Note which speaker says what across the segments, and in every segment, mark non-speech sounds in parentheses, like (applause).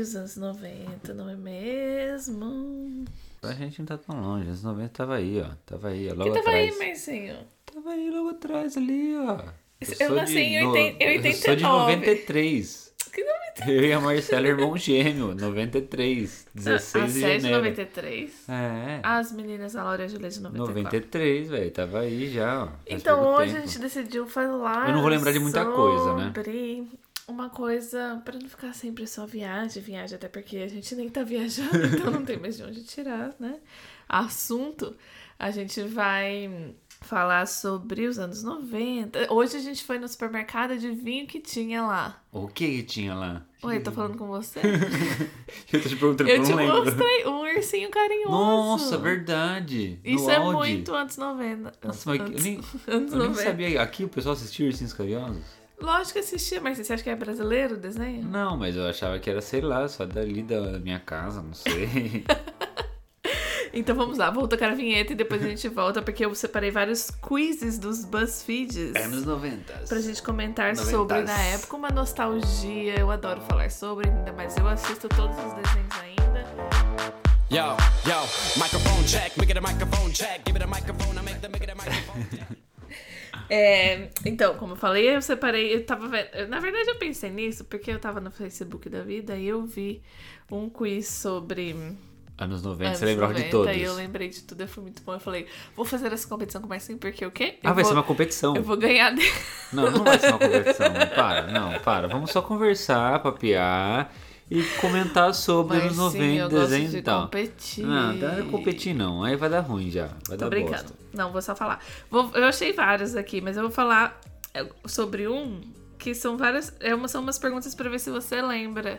Speaker 1: os anos 90, não é mesmo?
Speaker 2: A gente não tá tão longe, anos 90 tava aí, ó. Tava aí, ó, logo
Speaker 1: que tava
Speaker 2: atrás.
Speaker 1: aí, Marcinho.
Speaker 2: Tava aí logo atrás ali, ó.
Speaker 1: Eu
Speaker 2: sou
Speaker 1: nasci
Speaker 2: de
Speaker 1: em
Speaker 2: no-
Speaker 1: 80 em
Speaker 2: Eu sou de
Speaker 1: 89.
Speaker 2: 93.
Speaker 1: Que nome
Speaker 2: Eu e a Marcela, irmão gêmeo, 93.
Speaker 1: A
Speaker 2: 16 de
Speaker 1: série de
Speaker 2: janeiro.
Speaker 1: 93.
Speaker 2: É,
Speaker 1: As meninas da Laura e a Julia de 94.
Speaker 2: 93, velho. Tava aí já, ó. Faz
Speaker 1: Então
Speaker 2: pouco
Speaker 1: hoje
Speaker 2: tempo.
Speaker 1: a gente decidiu falar.
Speaker 2: Eu não vou lembrar de muita coisa, né?
Speaker 1: Sobre uma coisa pra não ficar sempre só viagem, viagem, até porque a gente nem tá viajando, (laughs) então não tem mais de onde tirar, né? Assunto. A gente vai falar sobre os anos 90. Hoje a gente foi no supermercado, adivinha o que tinha lá?
Speaker 2: O que que tinha lá? (laughs)
Speaker 1: Oi, tô falando com você?
Speaker 2: Eu tô te perguntando, eu
Speaker 1: Eu
Speaker 2: não
Speaker 1: te
Speaker 2: lembro.
Speaker 1: mostrei um ursinho carinhoso.
Speaker 2: Nossa, verdade.
Speaker 1: Isso
Speaker 2: no
Speaker 1: é
Speaker 2: Audi.
Speaker 1: muito antes 90.
Speaker 2: Nossa, mas eu nem,
Speaker 1: anos
Speaker 2: eu nem
Speaker 1: 90.
Speaker 2: sabia. Aqui o pessoal assistia Ursinhos Carinhosos?
Speaker 1: Lógico que assistia, mas você acha que é brasileiro o desenho?
Speaker 2: Não, mas eu achava que era, sei lá, só dali da minha casa, não sei.
Speaker 1: Então vamos lá, vou tocar a vinheta e depois a gente volta, porque eu separei vários quizzes dos BuzzFeeds.
Speaker 2: Anos 90.
Speaker 1: Pra gente comentar
Speaker 2: Noventas.
Speaker 1: sobre na época, uma nostalgia, eu adoro falar sobre, ainda mais eu assisto todos os desenhos ainda.
Speaker 3: Yo, yo, microphone check, make it a microphone check, give it a microphone, I make the make it a microphone. check.
Speaker 1: É, então, como eu falei, eu separei, eu tava vendo. eu- na verdade, eu pensei nisso porque eu tava no Facebook da vida e eu vi um quiz sobre.
Speaker 2: Anos 90,
Speaker 1: anos
Speaker 2: É, você lembrava
Speaker 1: 90,
Speaker 2: de todos.
Speaker 1: E eu lembrei de tudo, foi muito bom. Eu falei, vou fazer essa competição com o Marcinho, porque o quê?
Speaker 2: Ah,
Speaker 1: Eu
Speaker 2: vai
Speaker 1: vou-
Speaker 2: ser uma competição.
Speaker 1: Eu vou ganhar dele.
Speaker 2: Não, não vai ser
Speaker 1: (laughs)
Speaker 2: uma competição. para, não, para. Vamos só conversar, papear e comentar sobre
Speaker 1: Mas
Speaker 2: anos
Speaker 1: sim,
Speaker 2: 90,
Speaker 1: eu gosto
Speaker 2: desenho
Speaker 1: de
Speaker 2: e tal.
Speaker 1: competir.
Speaker 2: então. Não, não dá pra competir não. Aí vai dar ruim já.
Speaker 1: Tô
Speaker 2: Vai dar
Speaker 1: brincando.
Speaker 2: bosta.
Speaker 1: Não, vou só falar. Vou- eu achei vários aqui, mas eu vou falar é, sobre um que são várias. É uma, são umas perguntas pra ver se você lembra.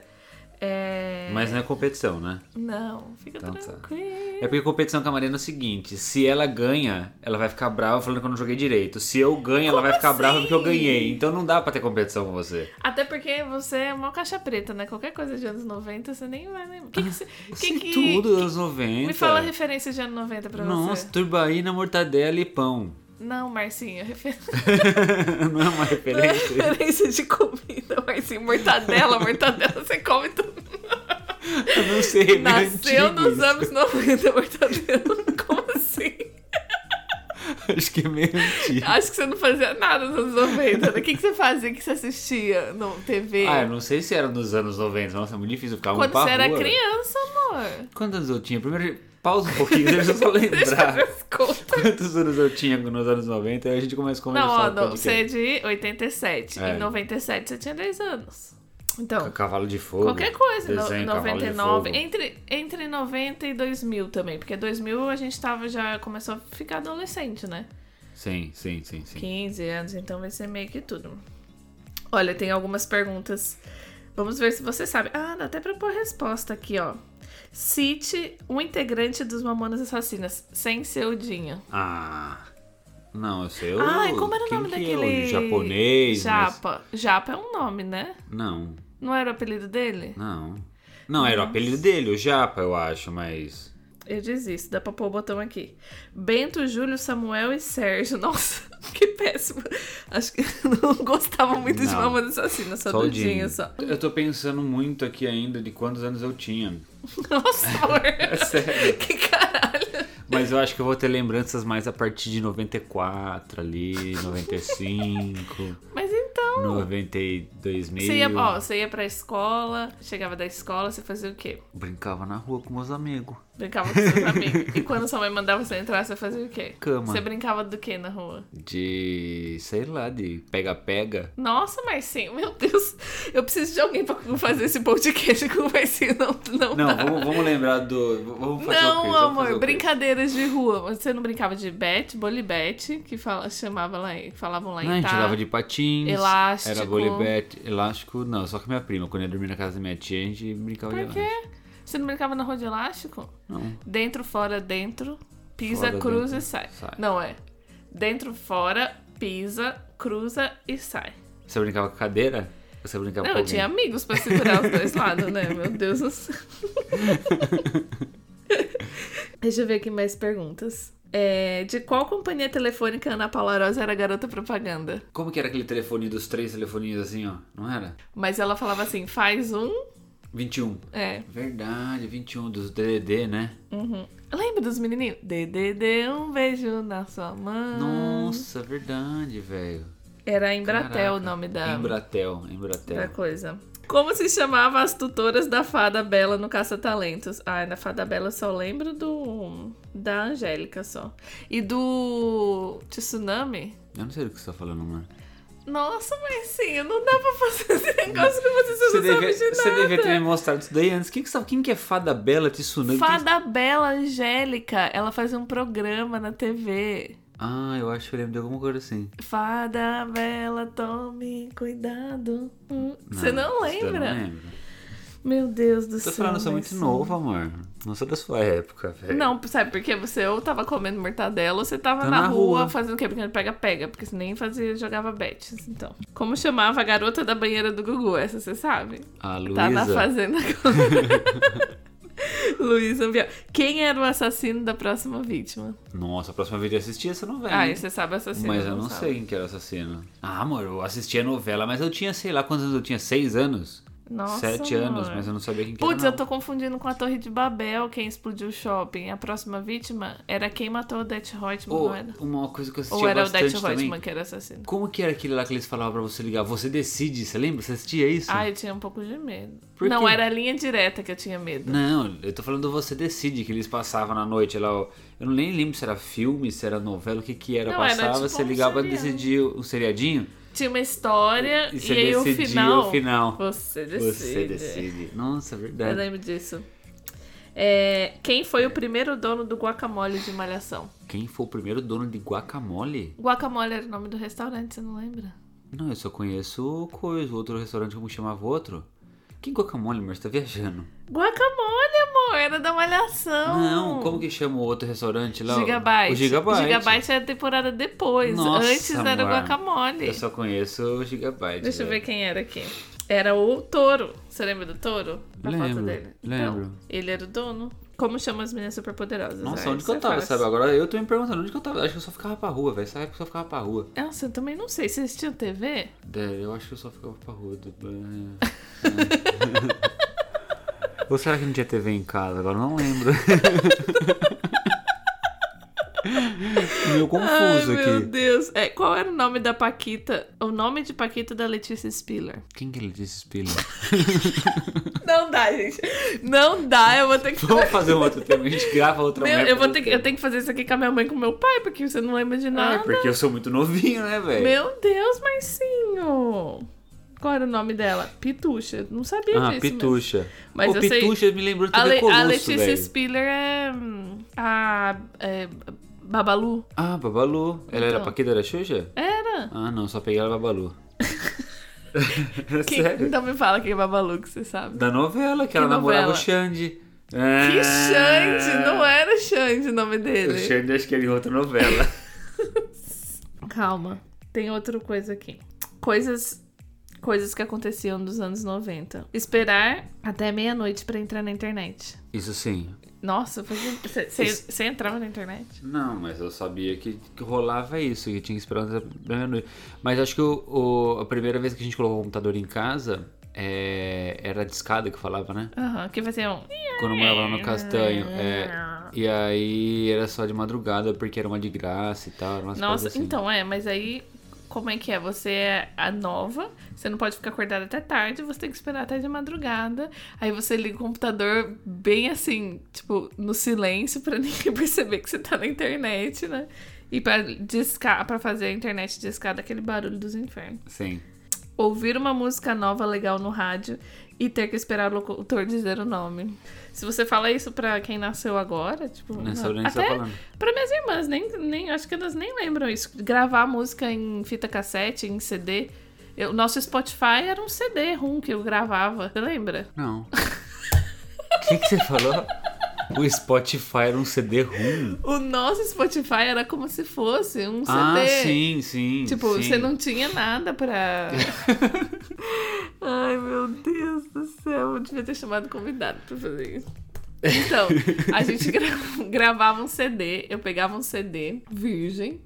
Speaker 1: É...
Speaker 2: Mas não é competição, né?
Speaker 1: Não, fica
Speaker 2: Então tá.
Speaker 1: tranquilo.
Speaker 2: É porque competição com a Marina é o seguinte: se ela ganha, ela vai ficar brava falando que eu não joguei direito. Se eu ganho, ela
Speaker 1: Como
Speaker 2: vai ficar
Speaker 1: assim?
Speaker 2: brava porque eu ganhei. Então não dá pra ter competição com você.
Speaker 1: Até porque você é uma caixa preta, né? Qualquer coisa de anos 90, você nem vai lembrar. Que que você- que
Speaker 2: Sei
Speaker 1: que-
Speaker 2: Ah, é tudo anos 90.
Speaker 1: Me fala a referência de ano 90 pra
Speaker 2: Nossa,
Speaker 1: você.
Speaker 2: turbaína, mortadela e pão. (laughs)
Speaker 1: Não, Marcinho, refer...
Speaker 2: não é uma referência.
Speaker 1: referência de comida, Marcinho. Mortadela, mortadela, você come tudo.
Speaker 2: Eu não sei. é meio
Speaker 1: Nasceu
Speaker 2: antigo
Speaker 1: nos
Speaker 2: isso.
Speaker 1: anos 90, mortadela. Como assim?
Speaker 2: Acho que é meio antigo.
Speaker 1: Acho que você não fazia nada nos anos 90. né? O que, que você fazia? O que você assistia no TV?
Speaker 2: Ah, eu não sei se era nos anos 90. Nossa, é muito difícil ficar um
Speaker 1: Quando
Speaker 2: pra
Speaker 1: você era
Speaker 2: rua.
Speaker 1: criança, amor.
Speaker 2: Quantos anos eu tinha? Primeiro, pausa um pouquinho, deixa eu
Speaker 1: (laughs)
Speaker 2: só
Speaker 1: Deixa eu
Speaker 2: lembrar.
Speaker 1: ver as contas.
Speaker 2: Quantos anos eu tinha nos anos 90? Aí a gente começa a conversar.
Speaker 1: Não, ó, não,
Speaker 2: quanto
Speaker 1: você
Speaker 2: que
Speaker 1: é de 87.
Speaker 2: É.
Speaker 1: Em 97 você tinha 10 anos. Então,
Speaker 2: Cavalo de Fogo.
Speaker 1: qualquer coisa. no-
Speaker 2: desenho Cavalo de
Speaker 1: 99.
Speaker 2: Fogo.
Speaker 1: Entre, entre 90 e 2000 também. Porque 2000 a gente tava, já começou a ficar adolescente, né?
Speaker 2: Sim, sim, sim, sim.
Speaker 1: 15 anos, então vai ser meio que tudo. Olha, tem algumas perguntas. Vamos ver se você sabe. Ah, dá até pra pôr resposta aqui, ó. Cite um integrante dos Mamonas Assassinas, sem ser o Dinho.
Speaker 2: Ah. Não, eu sei. o-
Speaker 1: Ai, como era o
Speaker 2: Oh, quem
Speaker 1: nome
Speaker 2: que é?
Speaker 1: daquele.
Speaker 2: O japonês. mas-
Speaker 1: Japa. Japa é um nome, né?
Speaker 2: Não,
Speaker 1: Não era o apelido dele?
Speaker 2: não. Não, era o apelido dele, o Japa, eu acho, mas.
Speaker 1: Eu desisto, dá pra pôr o botão aqui. Bento, Júlio, Samuel e Sérgio. (laughs) Nossa, que péssimo. Acho que (laughs) eu não gostava muito de
Speaker 2: Não.
Speaker 1: Mamonas Assassinas, só,
Speaker 2: Só
Speaker 1: do
Speaker 2: o
Speaker 1: Dinho
Speaker 2: Dinho.
Speaker 1: só.
Speaker 2: Eu tô pensando muito aqui ainda de quantos anos eu tinha. (laughs)
Speaker 1: Nossa, amor.
Speaker 2: É sério.
Speaker 1: Que caralho.
Speaker 2: Mas eu acho que eu vou ter lembranças mais a partir de 94 ali,
Speaker 1: (laughs)
Speaker 2: 95,
Speaker 1: Mas então.
Speaker 2: 92 mil.
Speaker 1: Você ia, ó, você ia pra escola, chegava da escola, você fazia o quê?
Speaker 2: Brincava na rua com meus amigos.
Speaker 1: Brincava com seus amigos. E quando sua mãe mandava você entrar, você fazia o quê?
Speaker 2: Cama.
Speaker 1: Você brincava do quê na rua?
Speaker 2: De. sei lá, de pega-pega.
Speaker 1: Nossa, Marcinho, meu Deus. Eu preciso de alguém pra fazer esse podcast com o Marcinho. Não, não,
Speaker 2: Não,
Speaker 1: dá.
Speaker 2: vamos, vamos lembrar do. Vamos fazer o quiz,
Speaker 1: Não,
Speaker 2: vamos fazer
Speaker 1: amor,
Speaker 2: o quiz.
Speaker 1: brincadeiras de rua. Você não brincava de bet, bolibete, que fala, chamava lá, em- falavam lá em Tá?
Speaker 2: Não, a gente
Speaker 1: Itá.
Speaker 2: andava de patins.
Speaker 1: Elástico.
Speaker 2: Era bolibete. Elástico, não, só que minha prima, quando ia dormir na casa da minha tia, a gente brincava
Speaker 1: Por
Speaker 2: de
Speaker 1: quê?
Speaker 2: elástico.
Speaker 1: Você não brincava na rua de elástico?
Speaker 2: Não.
Speaker 1: Dentro, fora, dentro, pisa,
Speaker 2: Fora,
Speaker 1: cruza
Speaker 2: dentro,
Speaker 1: e sai.
Speaker 2: sai.
Speaker 1: Não é. Dentro, fora, pisa, cruza e sai.
Speaker 2: Você brincava com cadeira? Você brincava
Speaker 1: Não,
Speaker 2: com
Speaker 1: eu tinha amigos pra segurar os
Speaker 2: (laughs)
Speaker 1: dois lados, né? Meu Deus do céu. Deixa eu ver aqui mais perguntas. É, de qual companhia telefônica Ana Paula Arosa era garota propaganda?
Speaker 2: Como que era aquele telefone dos três telefoninhos assim, ó? Não era?
Speaker 1: Mas ela falava assim, faz um,
Speaker 2: 21.
Speaker 1: É.
Speaker 2: Verdade, 21 dos DDD, né?
Speaker 1: Uhum. Lembra dos menininhos? DDD, um beijo na sua mão.
Speaker 2: Nossa, verdade, velho.
Speaker 1: Era Embratel o
Speaker 2: Caraca.
Speaker 1: nome da,
Speaker 2: Embratel, Embratel.
Speaker 1: da coisa. Como se chamava as tutoras da Fada Bela no Caça-Talentos? Ah, na Fada Bela eu só lembro do. da Angélica só. E do. Tsunami?
Speaker 2: Eu não sei do que você tá falando, mano.
Speaker 1: Nossa, mas sim, não dá pra fazer esse negócio que você só
Speaker 2: Você
Speaker 1: não sabe
Speaker 2: devia,
Speaker 1: de nada.
Speaker 2: você devia ter me mostrado isso daí antes. Quem que, sabe- quem que é Fada Bela Tsunami? Quem-
Speaker 1: Fada Bela Angélica, ela fazia um programa na TV.
Speaker 2: Ah, eu acho que eu lembro de alguma coisa assim.
Speaker 1: Fada Bela, tome cuidado. Hum, Você não
Speaker 2: isso daí eu
Speaker 1: lembra?
Speaker 2: Não lembro.
Speaker 1: Meu Deus do
Speaker 2: Tô
Speaker 1: céu.
Speaker 2: falando, eu sou muito
Speaker 1: mas-
Speaker 2: novo, amor. Não sou da sua época, velho.
Speaker 1: Não, sabe por quê? Você ou tava comendo mortadela ou você tava
Speaker 2: Tá
Speaker 1: na,
Speaker 2: na
Speaker 1: rua,
Speaker 2: rua.
Speaker 1: fazendo o quê? Brincando de pega-pega, porque você nem fazia, jogava betes, então. Como chamava a garota da banheira do Gugu? Essa você sabe?
Speaker 2: A Luísa.
Speaker 1: Tá na
Speaker 2: (laughs)
Speaker 1: fazenda. Luísa Biel. Quem era o assassino da próxima vítima?
Speaker 2: Nossa, a próxima vez eu assistir essa novela.
Speaker 1: Ah,
Speaker 2: hein?
Speaker 1: e você sabe o assassino.
Speaker 2: Mas eu não
Speaker 1: sabe.
Speaker 2: sei quem que era o assassino. Ah, amor, eu assistia novela, mas eu tinha, sei lá, quantos anos eu tinha? Seis anos?
Speaker 1: Nossa,
Speaker 2: Sete anos,
Speaker 1: amor.
Speaker 2: mas eu não sabia quem que
Speaker 1: Putz,
Speaker 2: era.
Speaker 1: eu
Speaker 2: não.
Speaker 1: tô confundindo com a Torre de Babel, quem explodiu o shopping. A próxima vítima era quem matou o Det Reutemann,
Speaker 2: Ou
Speaker 1: não era?
Speaker 2: uma coisa que eu assistia
Speaker 1: Ou era o Det
Speaker 2: bastante também.
Speaker 1: Reutemann que era assassino?
Speaker 2: Como que era aquele lá que eles falavam pra você ligar? Você decide, você lembra? Você assistia isso?
Speaker 1: Ah, eu tinha um pouco de medo.
Speaker 2: assim? Por
Speaker 1: não,
Speaker 2: quê?
Speaker 1: era a linha direta que eu tinha medo.
Speaker 2: Não, eu tô falando do Você Decide, que eles passavam na noite lá. ó. Eu não nem lembro se era filme, se era novela, o que que era.
Speaker 1: Não, era
Speaker 2: Passava,
Speaker 1: tipo
Speaker 2: você
Speaker 1: um
Speaker 2: ligava
Speaker 1: seriado.
Speaker 2: decidir o seriadinho
Speaker 1: Tinha uma história
Speaker 2: e
Speaker 1: e,
Speaker 2: você
Speaker 1: aí o
Speaker 2: decidia
Speaker 1: final,
Speaker 2: o final.
Speaker 1: Você decide.
Speaker 2: Você decide. Nossa, é
Speaker 1: Eu
Speaker 2: verdade.
Speaker 1: lembro disso. É, quem foi o primeiro dono do guacamole de Malhação?
Speaker 2: Quem foi o primeiro dono de guacamole?
Speaker 1: Guacamole era o nome do restaurante, você não lembra?
Speaker 2: Não, eu só conheço coisa, outro restaurante, como chamava o outro? Que guacamole, mas tá viajando.
Speaker 1: Guacamole, amor, era da Malhação.
Speaker 2: Não, como que chama o outro restaurante lá?
Speaker 1: Gigabyte.
Speaker 2: é O Gigabyte.
Speaker 1: Gigabyte era a temporada depois.
Speaker 2: Nossa,
Speaker 1: Antes era o
Speaker 2: amor.
Speaker 1: guacamole.
Speaker 2: Eu só conheço o Gigabyte.
Speaker 1: Deixa eu ver
Speaker 2: velho.
Speaker 1: quem era aqui. Era o touro. Você lembra do touro? Da foto
Speaker 2: Lembro,
Speaker 1: dele. Então,
Speaker 2: lembro.
Speaker 1: ele era o dono. Como chama as meninas superpoderosas?
Speaker 2: Nossa,
Speaker 1: Ah,
Speaker 2: onde
Speaker 1: isso
Speaker 2: que eu
Speaker 1: é
Speaker 2: tava,
Speaker 1: fácil.
Speaker 2: sabe? Agora eu tô me perguntando onde que eu tava. Acho que eu só ficava pra rua, velho. Essa época eu só ficava pra rua.
Speaker 1: assim, Nossa, eu também não sei. Vocês tinham TV?
Speaker 2: É, eu acho que eu só ficava pra rua. do- É. (laughs) Ou será que não tinha TV em casa? Agora eu não lembro. (laughs) Meio confuso
Speaker 1: Ai,
Speaker 2: aqui.
Speaker 1: meu Deus. É, qual era o nome da Paquita? O nome de Paquita da Letícia Spiller.
Speaker 2: Quem que ele disse espelho?
Speaker 1: Não dá, gente. Não dá. Eu vou ter que...
Speaker 2: (laughs) Vamos fazer um outro tema, a gente grava outra
Speaker 1: Meu,
Speaker 2: mulher
Speaker 1: eu,
Speaker 2: pra
Speaker 1: vou ter que eu tenho que fazer isso aqui com a minha mãe e com o meu pai, porque você não lembra de
Speaker 2: Ah,
Speaker 1: nada.
Speaker 2: porque eu sou muito novinho, né, velho?
Speaker 1: Meu Deus, Marcinho! Qual era o nome dela? Pitucha. Não sabia
Speaker 2: Ah,
Speaker 1: disso. mesmo.
Speaker 2: Pitucha.
Speaker 1: Mas
Speaker 2: Ô,
Speaker 1: eu sei-
Speaker 2: Pitucha me lembrou de
Speaker 1: A,
Speaker 2: TV
Speaker 1: Le- a
Speaker 2: Colosso,
Speaker 1: Letícia
Speaker 2: velho.
Speaker 1: Spiller é. hum, A. é, Babalu?
Speaker 2: Ah, Babalu. Ela era
Speaker 1: Então.
Speaker 2: Paquita da Xuxa?
Speaker 1: Era!
Speaker 2: Ah, não, só peguei ela
Speaker 1: (laughs)
Speaker 2: Babalu. (laughs) É
Speaker 1: Quem-
Speaker 2: Sério?
Speaker 1: Então me fala quem é Babalu que você sabe.
Speaker 2: Da novela, que, ela namorava
Speaker 1: novela?
Speaker 2: o Xande. Ah. É.
Speaker 1: Que Xande! Não era Xande o nome
Speaker 2: O
Speaker 1: dele.
Speaker 2: Xande acho que era em outra novela.
Speaker 1: (laughs) Calma, tem outra coisa aqui. Coisas. Coisas que aconteciam nos anos 90. Esperar até meia-noite pra entrar na internet.
Speaker 2: Isso sim.
Speaker 1: Nossa, fazia- você
Speaker 2: Isso-
Speaker 1: você entrava na internet?
Speaker 2: Não, mas eu sabia que, que rolava isso, que tinha que esperar até meia-noite. Mas acho que o- o- a primeira vez que a gente colocou o computador em casa é, era a discada que falava, né?
Speaker 1: Aham, que vai ser um.
Speaker 2: Quando eu morava lá no Castanho. é. e aí era só de madrugada, porque era uma de graça e tal. era umas
Speaker 1: Nossa,
Speaker 2: coisas assim.
Speaker 1: então é, mas aí como é que é? Você é a nova, você não pode ficar acordada até tarde, você tem que esperar até de madrugada. Aí você liga o computador bem assim, tipo, no silêncio pra (laughs) ninguém perceber que você tá na internet, né? E pra, discar, pra fazer a internet discar daquele barulho dos infernos.
Speaker 2: Sim.
Speaker 1: Ouvir uma música nova legal no rádio e ter que esperar o locutor dizer o nome. Se você fala isso pra quem nasceu agora, tipo.
Speaker 2: Não sabe nem o que você tá
Speaker 1: até,
Speaker 2: falando.
Speaker 1: Pra minhas irmãs, nem, nem, acho que elas nem lembram isso. Gravar música em fita cassete, em CD. Eu- O nosso Spotify era um CD rum que eu gravava. Você lembra?
Speaker 2: Não. O que, que você falou? O Spotify era um CD-ROM.
Speaker 1: O nosso Spotify era como se fosse um CD.
Speaker 2: Ah, sim, sim.
Speaker 1: Tipo,
Speaker 2: sim.
Speaker 1: você não tinha nada pra. (laughs) Ai, meu Deus do céu, eu devia ter chamado convidado pra fazer isso. Então, a gente gra- (laughs) gravava um CD, eu pegava um CD virgem,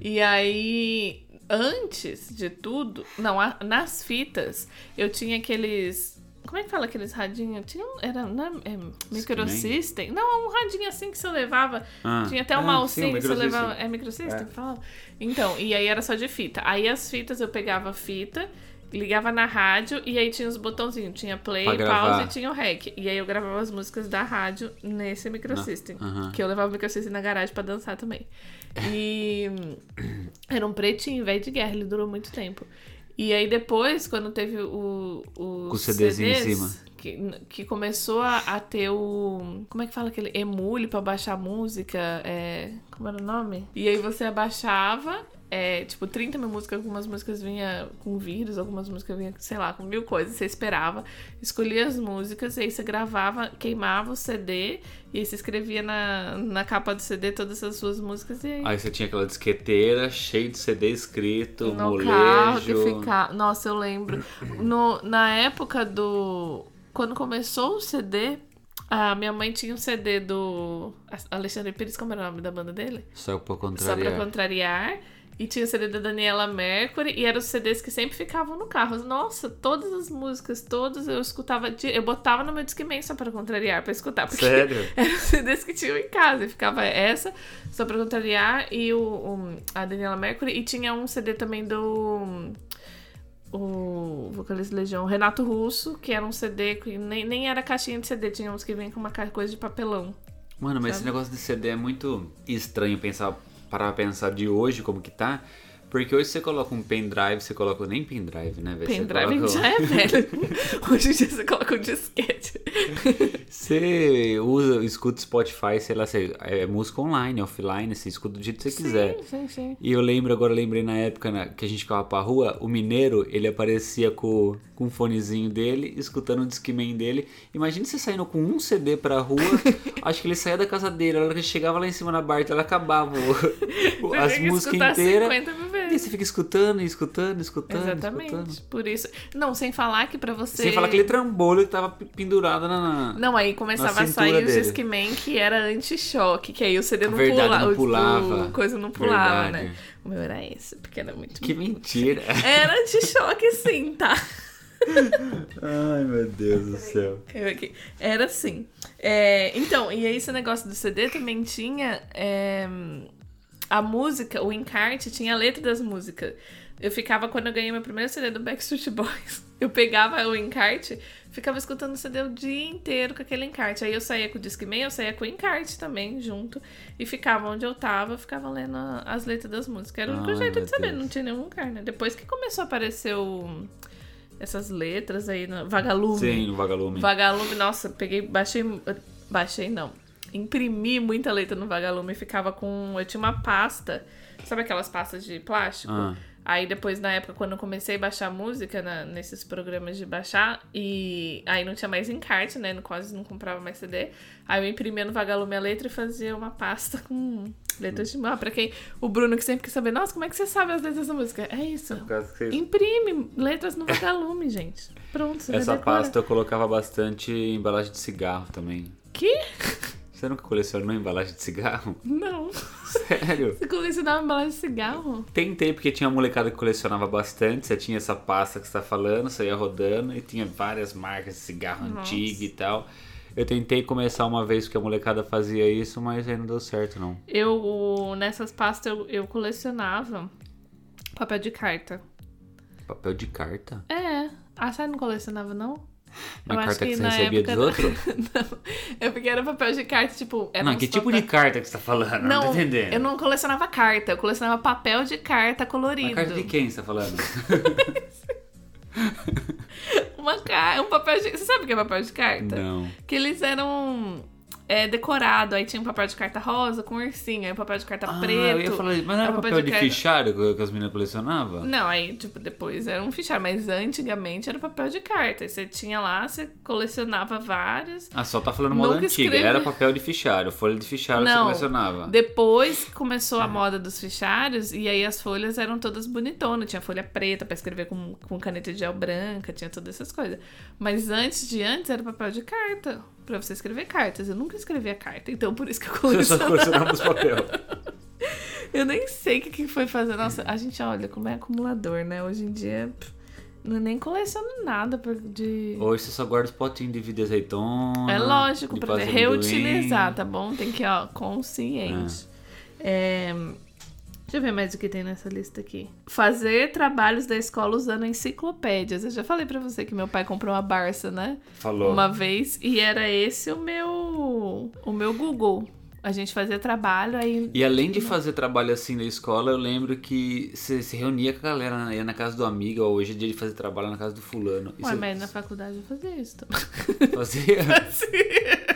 Speaker 1: e aí, antes de tudo, não, a- nas fitas, eu tinha aqueles. Como Como é que fala aqueles radinhos? Tinha um. Era. Não é, é, microsystem? Não, é um radinho assim que você levava.
Speaker 2: Ah,
Speaker 1: Tinha até
Speaker 2: ah,
Speaker 1: uma
Speaker 2: sim, assim.
Speaker 1: alcinha
Speaker 2: o
Speaker 1: que você
Speaker 2: microsystem.
Speaker 1: levava. É microsystem? que Fala. Então, e aí era só de fita. Aí as fitas eu pegava a fita, ligava na rádio e aí tinha os botãozinhos. Tinha play,
Speaker 2: Pra
Speaker 1: pause
Speaker 2: gravar.
Speaker 1: e tinha o rec. E aí eu gravava as músicas da rádio nesse microsystem.
Speaker 2: aham.
Speaker 1: Que eu levava o microsystem na garagem pra dançar também. E. (coughs) Era um pretinho, velho de guerra, ele durou muito tempo. E aí depois, quando teve o, o
Speaker 2: Com o CDzinho em cima.
Speaker 1: Que, que começou a, a ter o. Como é que fala aquele? Emule pra baixar música. É, como era o nome? E aí você abaixava. é, tipo, 30 mil músicas, algumas músicas vinha com vírus, algumas músicas vinha, sei lá, com mil coisas. Você esperava, escolhia as músicas, e aí você gravava, queimava o CD, e aí você escrevia na, na capa do CD todas as suas músicas, e aí
Speaker 2: Aí você tinha aquela disqueteira cheia de CD escrito,
Speaker 1: no
Speaker 2: molejo.
Speaker 1: carro que ficava. Nossa, eu lembro. No, na época do. Quando começou o CD, a minha mãe tinha um CD do Alexandre Pires, como era o nome da banda dele?
Speaker 2: Só pra
Speaker 1: Só pra
Speaker 2: contrariar.
Speaker 1: contrariar. E tinha o CD da Daniela Mercury, e eram os CDs que sempre ficavam no carro. Nossa, todas as músicas, todas eu escutava, de- eu botava no meu Discman só pra contrariar, pra escutar. Porque
Speaker 2: Sério?
Speaker 1: (laughs) eram os CDs um que tinham em casa, e ficava essa, só pra contrariar, e o, o- a Daniela Mercury, e tinha um CD também do o vocalista do Legião, Renato Russo, que era um CD, que nem, nem era caixinha de CD, tinha uns que vinham com uma ca- coisa de papelão.
Speaker 2: Mano, mas
Speaker 1: Sabe?
Speaker 2: esse negócio de CD é muito estranho pensar, parar pra pensar de hoje como que tá. Porque hoje você coloca um pendrive, você coloca nem pendrive, né? velho? Você
Speaker 1: Pendrive
Speaker 2: coloca-
Speaker 1: já é velho. (laughs) Hoje em dia você coloca um disquete.
Speaker 2: (laughs) Você usa, escuta Spotify, sei lá, você, é música online, offline, você escuta do jeito que você quiser.
Speaker 1: Sim, sim, sim.
Speaker 2: E eu lembro, agora eu lembrei na época na- que a gente ficava pra rua, o mineiro, ele aparecia com, com o fonezinho dele, escutando o discman dele. Imagina você saindo com um CD
Speaker 1: (laughs)
Speaker 2: pra rua, acho que ele saía da casa dele, a hora que ele chegava lá em cima na Barta, ela acabava o- o-
Speaker 1: (laughs) Você
Speaker 2: as
Speaker 1: tem que
Speaker 2: músicas
Speaker 1: escutar
Speaker 2: inteiras.
Speaker 1: 50 mil
Speaker 2: E
Speaker 1: vezes.
Speaker 2: você fica escutando, escutando, escutando,
Speaker 1: Exatamente.
Speaker 2: escutando.
Speaker 1: Por isso. Não, sem falar que pra você.
Speaker 2: Sem falar aquele trambolho que tava pe- pendurado na... na-
Speaker 1: Não, aí começava
Speaker 2: na
Speaker 1: a sair
Speaker 2: cintura
Speaker 1: os
Speaker 2: dele.
Speaker 1: Discman que era anti-choque, que aí o CD não,
Speaker 2: Verdade,
Speaker 1: pula-
Speaker 2: não
Speaker 1: o-
Speaker 2: pulava.
Speaker 1: O coisa não pulava,
Speaker 2: Verdade.
Speaker 1: né? O meu era esse, porque era muito.
Speaker 2: Que mentira.
Speaker 1: Era anti-choque, sim, tá?
Speaker 2: (laughs) Ai, meu Deus do céu.
Speaker 1: Eu aqui. Era assim. É, então, e aí esse negócio do CD também tinha. é, a música, o encarte, tinha a letra das músicas. Eu ficava, quando eu ganhei meu primeiro CD do Backstreet Boys, (laughs) eu pegava o encarte, ficava escutando o CD o dia inteiro com aquele encarte. Aí eu saía com o Discman, eu saía com o encarte também, junto. E ficava onde eu tava, eu ficava lendo a- as letras das músicas. Era o único
Speaker 2: Ai,
Speaker 1: jeito
Speaker 2: Ah, meu
Speaker 1: de saber,
Speaker 2: Deus.
Speaker 1: não tinha nenhum lugar, né? Depois que começou a aparecer o- essas letras aí, no Vagalume.
Speaker 2: Sim, no vagalume.
Speaker 1: Vagalume, nossa, peguei, baixei, baixei não. Imprimi muita letra no Vagalume e ficava com, eu tinha uma pasta, sabe aquelas pastas de plástico?
Speaker 2: Ah.
Speaker 1: Aí depois, na época, quando eu comecei a baixar música na- nesses programas de baixar, e aí não tinha mais encarte, né? Quase não comprava mais CD. Aí eu imprimia no Vagalume a letra e fazia uma pasta com letras de mão. Ah, Pra quem, o Bruno que sempre quis saber, nossa, como é que você sabe as letras da música? É isso.
Speaker 2: causa que você-
Speaker 1: Imprime letras no Vagalume, gente. Pronto, você já
Speaker 2: Essa
Speaker 1: decora.
Speaker 2: pasta eu colocava bastante em embalagem de cigarro também.
Speaker 1: Que?
Speaker 2: Você nunca colecionou embalagem de cigarro? (laughs)
Speaker 1: Não.
Speaker 2: Sério?
Speaker 1: Você colecionava embalagem de cigarro?
Speaker 2: Tentei porque tinha uma molecada que colecionava bastante. Você tinha essa pasta que você tá falando, você ia rodando e tinha várias marcas de cigarro
Speaker 1: Nossa.
Speaker 2: antigo e tal. Eu tentei começar uma vez porque a molecada fazia isso, mas aí não deu certo, não.
Speaker 1: Eu, nessas pastas, eu, eu colecionava papel de carta.
Speaker 2: Papel de carta?
Speaker 1: É. Ah, você não colecionava, não?
Speaker 2: Uma
Speaker 1: eu acho
Speaker 2: carta
Speaker 1: que
Speaker 2: que, você
Speaker 1: na
Speaker 2: recebia
Speaker 1: época
Speaker 2: dos outros?
Speaker 1: (laughs) não. É porque era papel de carta, tipo... Era
Speaker 2: Não,
Speaker 1: uns
Speaker 2: que tipo
Speaker 1: papel-
Speaker 2: de carta que você tá falando? Não, tô
Speaker 1: Não,
Speaker 2: entendendo.
Speaker 1: eu não colecionava carta. Eu colecionava papel de carta colorido.
Speaker 2: Uma carta de quem você
Speaker 1: (laughs)
Speaker 2: tá falando?
Speaker 1: Uma ca- Um papel de... Você sabe o que é papel de carta?
Speaker 2: não.
Speaker 1: Que eles eram... É, decorado, aí tinha um papel de carta rosa com ursinho, aí um papel de carta
Speaker 2: Ah,
Speaker 1: preto.
Speaker 2: eu ia falar, mas não
Speaker 1: aí
Speaker 2: era
Speaker 1: um
Speaker 2: papel de
Speaker 1: carta-
Speaker 2: fichário que que as meninas colecionavam?
Speaker 1: Não, aí, tipo, depois era um fichário, mas antigamente era papel de carta. Aí Você tinha lá, você colecionava vários.
Speaker 2: Ah, só tá falando
Speaker 1: Nunca
Speaker 2: moda antiga.
Speaker 1: escrevi.
Speaker 2: Era papel de fichário, folha de fichário que você
Speaker 1: Não,
Speaker 2: colecionava.
Speaker 1: depois começou a moda dos fichários e aí as folhas eram todas bonitonas. Tinha folha preta pra escrever com, com caneta de gel branca, tinha todas essas coisas. Mas antes de antes era papel de carta, pra você escrever cartas. Eu nunca escrevia carta, então por isso que eu
Speaker 2: Você só
Speaker 1: colecionava.
Speaker 2: colecionava os papel.
Speaker 1: Eu nem sei o que, que foi fazer. Nossa, a gente olha como é acumulador, né? Hoje em dia. pff, Eu nem coleciono nada por- de.
Speaker 2: Hoje você só guarda os potinhos de vida de azeitona.
Speaker 1: É lógico,
Speaker 2: de um
Speaker 1: pra
Speaker 2: pasta de
Speaker 1: reutilizar,
Speaker 2: amendoim.
Speaker 1: tá bom? Tem que, ó, consciente. É, Deixa eu ver mais o que tem nessa lista aqui. Fazer trabalhos da escola usando enciclopédias. Eu já falei pra você que meu pai comprou uma Barça, né?
Speaker 2: Falou.
Speaker 1: Uma vez. E era esse o meu. O meu Google. A gente fazia trabalho, aí.
Speaker 2: E além de fazer trabalho assim na escola, eu lembro que você se reunia com a galera, né? ia na casa do amigo, ó, hoje é dia de fazer trabalho na casa do fulano. E
Speaker 1: Ué,
Speaker 2: você
Speaker 1: mas na faculdade eu fazia isso também.
Speaker 2: (laughs)
Speaker 1: (laughs) Assim.
Speaker 2: fazia.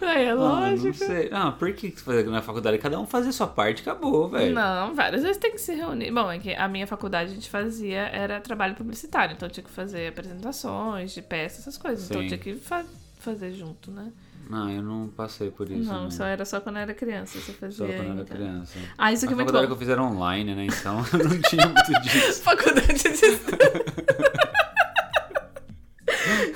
Speaker 1: Aí é
Speaker 2: Ah,
Speaker 1: lógico.
Speaker 2: não sei. Ah, por que que você fazia na faculdade? Cada um fazia a sua parte, acabou, velho.
Speaker 1: Não, várias vezes tem que se reunir. Bom, é que a minha faculdade a gente fazia era trabalho publicitário, então eu tinha que fazer apresentações de peças, essas coisas. Então eu
Speaker 2: Sim.
Speaker 1: tinha que fa- fazer junto, né?
Speaker 2: Não, eu não passei por isso.
Speaker 1: não,
Speaker 2: né?
Speaker 1: só era só quando eu era criança, você fazia.
Speaker 2: Só quando eu
Speaker 1: ainda.
Speaker 2: era criança.
Speaker 1: Ah, isso aqui
Speaker 2: a
Speaker 1: é muito bom.
Speaker 2: faculdade que eu fiz era online, né? Então (laughs) eu não tinha muito
Speaker 1: (laughs)
Speaker 2: disso.
Speaker 1: Faculdade de.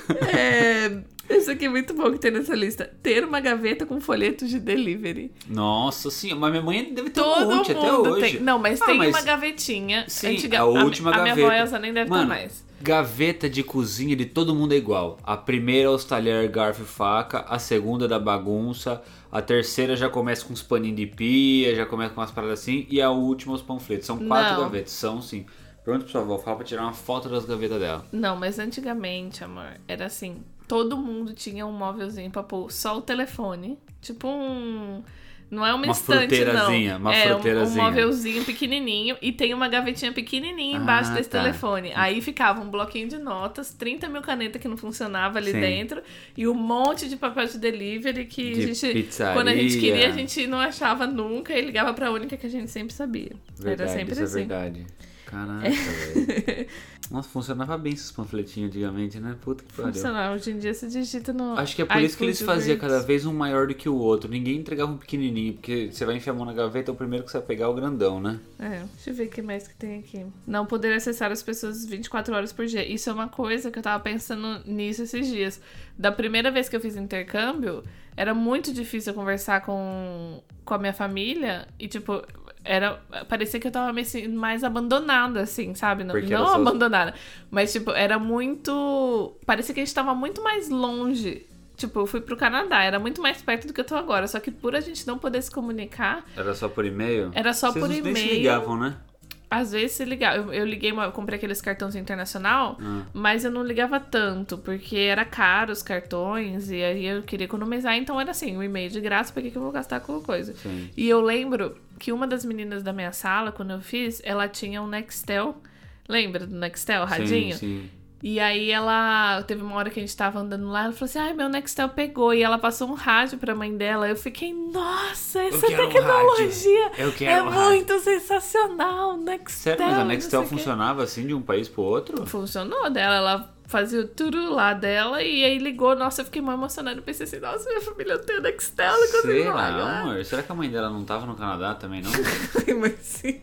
Speaker 2: (laughs)
Speaker 1: é, isso aqui é muito bom que tem nessa lista. Ter uma gaveta com folhetos de delivery.
Speaker 2: Nossa senhora, mas minha mãe deve ter
Speaker 1: Todo
Speaker 2: um monte até
Speaker 1: mundo
Speaker 2: hoje.
Speaker 1: tem. Não, mas
Speaker 2: Ah,
Speaker 1: tem uma gavetinha.
Speaker 2: Sim,
Speaker 1: antiga-
Speaker 2: a
Speaker 1: mi-
Speaker 2: última
Speaker 1: A
Speaker 2: gaveta.
Speaker 1: minha avó essa nem deve ter
Speaker 2: Mano,
Speaker 1: mais.
Speaker 2: Gaveta de cozinha de todo mundo é igual. A primeira é os talher, garfo e faca. A segunda é da bagunça. A terceira já começa com uns paninhos de pia, já começa com umas paradas assim. E a última os panfletos. São quatro
Speaker 1: Não.
Speaker 2: gavetas, são sim. Pergunta pra sua avó, fala pra tirar uma foto das gavetas dela.
Speaker 1: Não, mas antigamente, amor, era assim: todo mundo tinha um móvelzinho pra pôr só o telefone. Tipo um. Não é uma,
Speaker 2: Uma
Speaker 1: estante,
Speaker 2: fruteirazinha,
Speaker 1: não.
Speaker 2: uma
Speaker 1: é, um- um,
Speaker 2: fruteirazinha.
Speaker 1: móvelzinho pequenininho e tem uma gavetinha pequenininha embaixo
Speaker 2: Ah,
Speaker 1: desse
Speaker 2: tá.
Speaker 1: telefone. Aí ficava um bloquinho de notas, 30 mil canetas que não funcionava ali
Speaker 2: Sim.
Speaker 1: dentro e um monte de papel de delivery que
Speaker 2: De
Speaker 1: a gente,
Speaker 2: pizzaria.
Speaker 1: quando a gente queria, a gente não achava nunca e ligava pra única que a gente sempre sabia.
Speaker 2: Verdade,
Speaker 1: era sempre
Speaker 2: isso
Speaker 1: assim. É.
Speaker 2: é verdade. Caraca, velho. Nossa, funcionava bem esses panfletinhos antigamente, né? Puta que pariu.
Speaker 1: Funcionava. Hoje em dia se digita no.
Speaker 2: Acho que é por isso que eles
Speaker 1: iFood
Speaker 2: faziam
Speaker 1: Works.
Speaker 2: cada vez um maior do que o outro. Ninguém entregava um pequenininho, porque você vai enfiar a mão na gaveta, o primeiro que você vai pegar é o grandão, né?
Speaker 1: É, deixa eu ver o que mais que tem aqui. Não poder acessar as pessoas 24 horas por dia. Isso é uma coisa que eu tava pensando nisso esses dias. Da primeira vez que eu fiz intercâmbio, era muito difícil eu conversar com, com a minha família e, tipo, era parecia que eu tava meio assim, mais abandonada, assim, sabe? Não,
Speaker 2: Porque
Speaker 1: não
Speaker 2: era só os-
Speaker 1: abandonada, mas, tipo, era muito. Parecia que a gente tava muito mais longe. Tipo, eu fui pro Canadá, era muito mais perto do que eu tô agora. Só que por a gente não poder se comunicar,
Speaker 2: Era só por e-mail?
Speaker 1: Era só
Speaker 2: Vocês
Speaker 1: por
Speaker 2: não- nem se
Speaker 1: e-mail.
Speaker 2: ligavam, né?
Speaker 1: Às vezes se ligava. Eu, eu liguei, uma- eu comprei aqueles cartões internacional,
Speaker 2: Ah.
Speaker 1: mas eu não ligava tanto, porque era caro os cartões, e aí eu queria economizar, então era assim, um e-mail de graça, pra que, que eu vou gastar com coisa?
Speaker 2: Sim.
Speaker 1: E eu lembro que uma das meninas da minha sala, quando eu fiz, ela tinha um Nextel. Lembra do Nextel, radinho?
Speaker 2: Sim, sim.
Speaker 1: E aí ela teve uma hora que a gente tava andando lá, ela falou assim: "Ai, meu Nextel pegou". E ela passou um rádio pra mãe dela. Eu fiquei: "Nossa, essa
Speaker 2: quero um
Speaker 1: tecnologia
Speaker 2: rádio. Eu
Speaker 1: é
Speaker 2: quero um rádio."
Speaker 1: muito sensacional, Nextel".
Speaker 2: Sério, mas a
Speaker 1: Então, não
Speaker 2: Nextel
Speaker 1: sei o quê."
Speaker 2: funcionava assim de um país pro outro?
Speaker 1: Funcionou dela, ela fazia o tudo lá dela e aí ligou. Nossa, eu fiquei mó emocionada, eu pensei assim: "Nossa, minha família tem o Nextel, eu não consigo
Speaker 2: Será,
Speaker 1: falar".
Speaker 2: amor? Será que a mãe dela não tava no Canadá também, não?
Speaker 1: (laughs) Mas sim.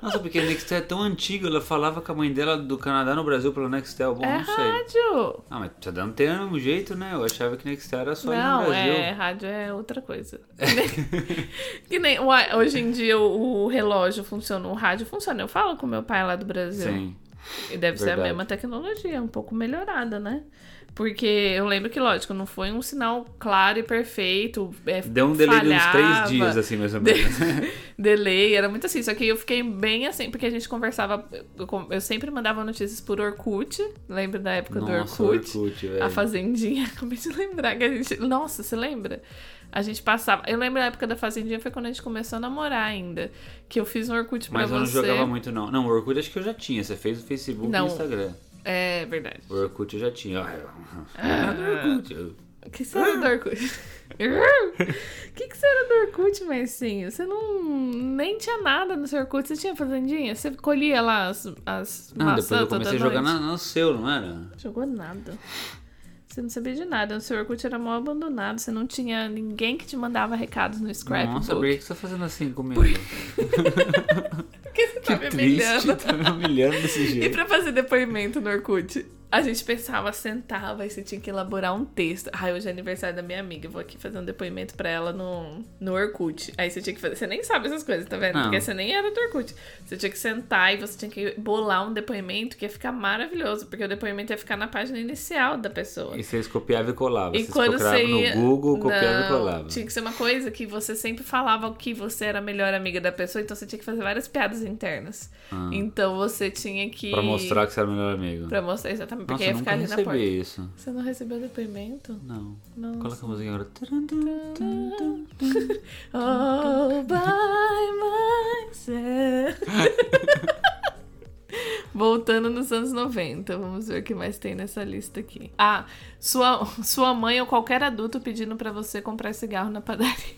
Speaker 2: Nossa, porque a Nextel é tão antigo, ela falava com a mãe dela do Canadá no Brasil pelo Nextel. Bom,
Speaker 1: É
Speaker 2: não sei.
Speaker 1: rádio.
Speaker 2: Ah, mas precisa da antena, um jeito, né? Eu achava que Nextel era só aí no
Speaker 1: Não,
Speaker 2: Brasil.
Speaker 1: é, rádio é outra
Speaker 2: (laughs)
Speaker 1: coisa. que nem uai, hoje em dia o, o relógio funciona, o rádio funciona. Eu falo com meu pai lá do Brasil.
Speaker 2: Sim.
Speaker 1: E deve ser a
Speaker 2: verdade.
Speaker 1: mesma tecnologia, um pouco melhorada, né? Porque eu lembro que, lógico, não foi um sinal claro e perfeito. é,
Speaker 2: Deu um delay de uns
Speaker 1: falhava. (laughs)
Speaker 2: três dias, assim, mais ou
Speaker 1: De-
Speaker 2: menos. (laughs)
Speaker 1: Delay, era muito assim. Só que eu fiquei bem assim, porque a gente conversava. Eu, com- eu sempre mandava notícias por Orkut. Lembra da época
Speaker 2: Nossa,
Speaker 1: do Orkut?
Speaker 2: Orkut, velho.
Speaker 1: A Fazendinha, (laughs) acabei de lembrar que a gente. Nossa, você lembra? A gente passava. Eu lembro da época da Fazendinha, foi quando a gente começou a namorar ainda. Que eu fiz um Orkut pra
Speaker 2: Mas
Speaker 1: você.
Speaker 2: eu não jogava muito, não. Não, o Orkut acho que eu já tinha. Você fez o Facebook e
Speaker 1: Não.
Speaker 2: o Instagram.
Speaker 1: É verdade.
Speaker 2: O Orkut eu já tinha. (laughs) Ah, do Orkut. Eu-
Speaker 1: O que você era do
Speaker 2: (laughs)
Speaker 1: Orkut? O que, que você era do Orkut, Marcinho? Você não. Nem tinha nada no seu Orkut. Você tinha Fazendinha? Você colhia lá as, as
Speaker 2: Não,
Speaker 1: maçãs
Speaker 2: Ah, depois eu comecei
Speaker 1: toda
Speaker 2: a jogar
Speaker 1: noite?
Speaker 2: na, no seu, não era?
Speaker 1: Jogou nada. Você não sabia de nada. O seu Orkut era mal abandonado. Você não tinha ninguém que te mandava recados no Scrapbook.
Speaker 2: Nossa, por que que você tá fazendo assim comigo?
Speaker 1: Por que você tá me tá
Speaker 2: Triste,
Speaker 1: humilhando?
Speaker 2: tá me humilhando desse
Speaker 1: (laughs) E
Speaker 2: jeito.
Speaker 1: pra fazer depoimento no Orkut? A gente pensava, sentava e você tinha que elaborar um texto. Ai, hoje é aniversário da minha amiga, eu vou aqui fazer um depoimento pra ela no, no Orkut. Aí você tinha que fazer. Você nem sabe essas coisas, tá vendo?
Speaker 2: Não.
Speaker 1: Porque você nem era do Orkut. Você tinha que sentar e você tinha que bolar um depoimento que ia ficar maravilhoso, porque o depoimento ia ficar na página inicial da pessoa.
Speaker 2: E vocês copiavam e colavam.
Speaker 1: E
Speaker 2: vocês
Speaker 1: quando
Speaker 2: procuravam
Speaker 1: você ia...
Speaker 2: no Google, copiavam e
Speaker 1: Não,
Speaker 2: colavam.
Speaker 1: Tinha que ser uma coisa que você sempre falava que você era a melhor amiga da pessoa, então você tinha que fazer várias piadas internas. Então você tinha que.
Speaker 2: Ah. Pra mostrar que você era o melhor amigo.
Speaker 1: Pra mostrar, exatamente, porque
Speaker 2: Nossa, eu
Speaker 1: ia ficar
Speaker 2: nunca
Speaker 1: ali na porta.
Speaker 2: recebi isso.
Speaker 1: Você não recebeu depoimento?
Speaker 2: Não.
Speaker 1: Nossa.
Speaker 2: Coloca a música agora. Tum, tum, tum, tum.
Speaker 1: All by myself. (laughs) Voltando nos anos 90, vamos ver o que mais tem nessa lista aqui. Ah, sua, sua mãe ou qualquer adulto pedindo pra você comprar cigarro na padaria.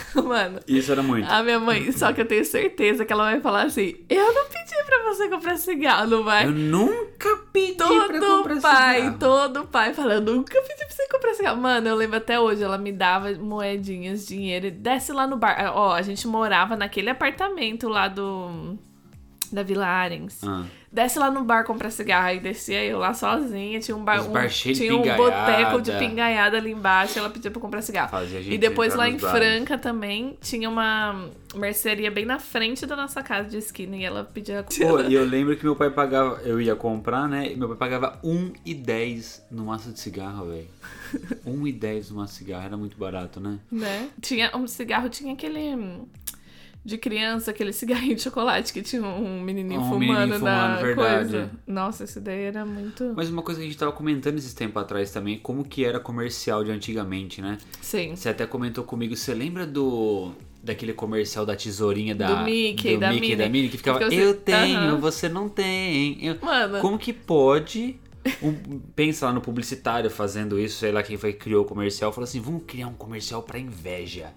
Speaker 1: (laughs) Mano,
Speaker 2: Isso era muito.
Speaker 1: a minha mãe, só que eu tenho certeza que ela vai falar assim: Eu não pedi pra você comprar cigarro, não vai?
Speaker 2: Eu nunca pedi pra comprar
Speaker 1: Todo pai,
Speaker 2: cigarro.
Speaker 1: todo pai falando, nunca pedi pra você comprar cigarro. Mano, eu lembro até hoje, ela me dava moedinhas, dinheiro, e desce lá no bar. Ah, Ó, a gente morava naquele apartamento lá do. Da Vila Arens.
Speaker 2: Ah.
Speaker 1: Desce lá no bar comprar cigarro. Aí descia eu lá sozinha. Tinha um bar.
Speaker 2: Os
Speaker 1: Um,
Speaker 2: bar cheio de
Speaker 1: tinha um
Speaker 2: pingaiada.
Speaker 1: boteco de pingaiada ali embaixo. Ela pedia pra comprar cigarro.
Speaker 2: Fazia a gente
Speaker 1: e depois
Speaker 2: entrar
Speaker 1: lá em
Speaker 2: nos bares.
Speaker 1: Franca também tinha uma mercearia bem na frente da nossa casa de esquina. E ela pedia.
Speaker 2: Pô, e eu lembro que meu pai pagava, eu ia comprar, né? E meu pai pagava 1,10 no maço de cigarro,
Speaker 1: (laughs)
Speaker 2: velho. 1,10 no maço de cigarro, era muito barato, né?
Speaker 1: né? Tinha um cigarro, tinha aquele hum, de criança, aquele cigarrinho de chocolate que tinha um menininho
Speaker 2: Um
Speaker 1: fumando
Speaker 2: menininho
Speaker 1: na
Speaker 2: fumando, verdade.
Speaker 1: coisa. Nossa, isso daí era muito.
Speaker 2: Mas uma coisa que a gente tava comentando esses tempos atrás também, como que era comercial de antigamente, né?
Speaker 1: Sim.
Speaker 2: Você até comentou comigo, você lembra do daquele comercial da tesourinha da
Speaker 1: Do Mickey,
Speaker 2: do
Speaker 1: da
Speaker 2: Mickey,
Speaker 1: Minnie.
Speaker 2: da Minnie, que ficava
Speaker 1: Que você-
Speaker 2: eu tenho,
Speaker 1: Aham.
Speaker 2: você não tem. Eu...
Speaker 1: Mano.
Speaker 2: Como que pode um- pensa lá no publicitário fazendo isso, sei lá quem foi que criou o comercial, falou assim, vamos criar um comercial pra inveja.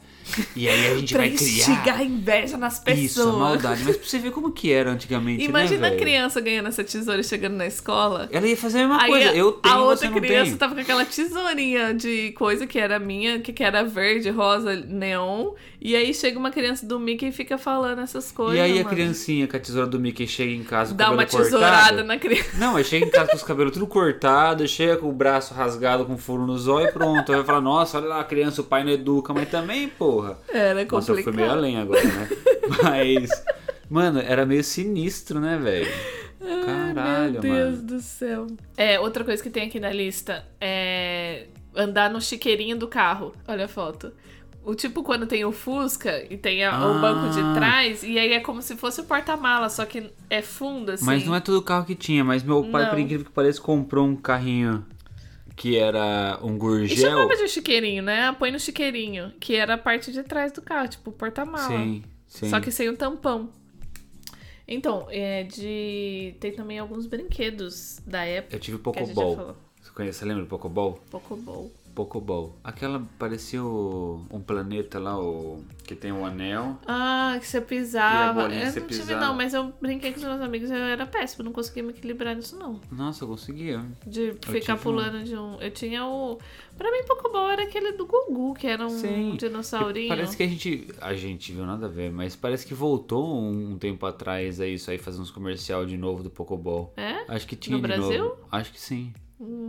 Speaker 2: E aí a gente
Speaker 1: (laughs) pra
Speaker 2: vai criar
Speaker 1: instigar inveja nas pessoas.
Speaker 2: isso, a maldade. Mas pra você ver como que era antigamente,
Speaker 1: Imagina
Speaker 2: né,
Speaker 1: a
Speaker 2: velho?
Speaker 1: criança ganhando essa tesoura e chegando na escola.
Speaker 2: Ela ia fazer a mesma
Speaker 1: Aí
Speaker 2: coisa.
Speaker 1: a-
Speaker 2: Eu tenho,
Speaker 1: a
Speaker 2: você
Speaker 1: outra
Speaker 2: não
Speaker 1: criança
Speaker 2: tem.
Speaker 1: tava com aquela tesourinha de coisa que era minha, que, que era verde, rosa, neon. E aí chega uma criança do Mickey e fica falando essas coisas.
Speaker 2: E aí a
Speaker 1: mano.
Speaker 2: criancinha com a tesoura do Mickey chega em casa com
Speaker 1: Dá
Speaker 2: o
Speaker 1: uma
Speaker 2: cabelo
Speaker 1: tesourada
Speaker 2: cortado.
Speaker 1: na criança.
Speaker 2: Não, mas chega em casa com os cabelos tudo cortado, chega com o braço rasgado com furo no zóio e pronto. Aí vai falar, nossa, olha lá, a criança, o pai não educa, mas também, porra.
Speaker 1: Era
Speaker 2: Nossa, eu fui
Speaker 1: É
Speaker 2: meio
Speaker 1: complicado.
Speaker 2: além agora, né? Mas, mano, era meio sinistro, né, velho?
Speaker 1: Ai, Meu
Speaker 2: Caralho,
Speaker 1: Deus
Speaker 2: mano.
Speaker 1: do céu. É, outra coisa que tem aqui na lista é andar no chiqueirinho do carro. Olha a foto. O tipo quando tem o Fusca e tem a- o
Speaker 2: Ah.
Speaker 1: banco de trás, e aí é como se fosse o porta-mala, só que é fundo, assim.
Speaker 2: Mas não é todo carro que tinha, mas meu pai, por
Speaker 1: Não.
Speaker 2: incrível que pareça, comprou um carrinho que era um
Speaker 1: E
Speaker 2: gurgel.
Speaker 1: chamava é de chiqueirinho, né? Põe no chiqueirinho, que era a parte de trás do carro, tipo o porta-mala.
Speaker 2: Sim, sim.
Speaker 1: Só que sem o tampão. Então, é de. Tem também alguns brinquedos da época.
Speaker 2: Eu tive o
Speaker 1: que a gente já
Speaker 2: Pocobol.
Speaker 1: falou.
Speaker 2: Você conhece, você lembra do Pocobol?
Speaker 1: Pocobol.
Speaker 2: Pocobol. Aquela parecia o- um planeta lá, o que tem um anel.
Speaker 1: Ah, que você
Speaker 2: E a
Speaker 1: pisava.
Speaker 2: bolinha
Speaker 1: Eu
Speaker 2: que
Speaker 1: não
Speaker 2: você
Speaker 1: tive,
Speaker 2: pisava.
Speaker 1: não, mas eu brinquei com os meus amigos, eu era péssimo, não conseguia me equilibrar nisso, não.
Speaker 2: Nossa, eu conseguia.
Speaker 1: De ficar
Speaker 2: tive um.
Speaker 1: pulando de um. Eu tinha o. Pra mim, Pokéball era aquele do Gugu, que era um
Speaker 2: Sim.
Speaker 1: dinossaurinho.
Speaker 2: Parece que a gente. A gente viu nada a ver, mas parece que voltou um tempo atrás a isso aí, fazer uns comercial de novo do Pocobol.
Speaker 1: É?
Speaker 2: Acho que tinha
Speaker 1: No
Speaker 2: de
Speaker 1: Brasil?
Speaker 2: novo. Acho que sim.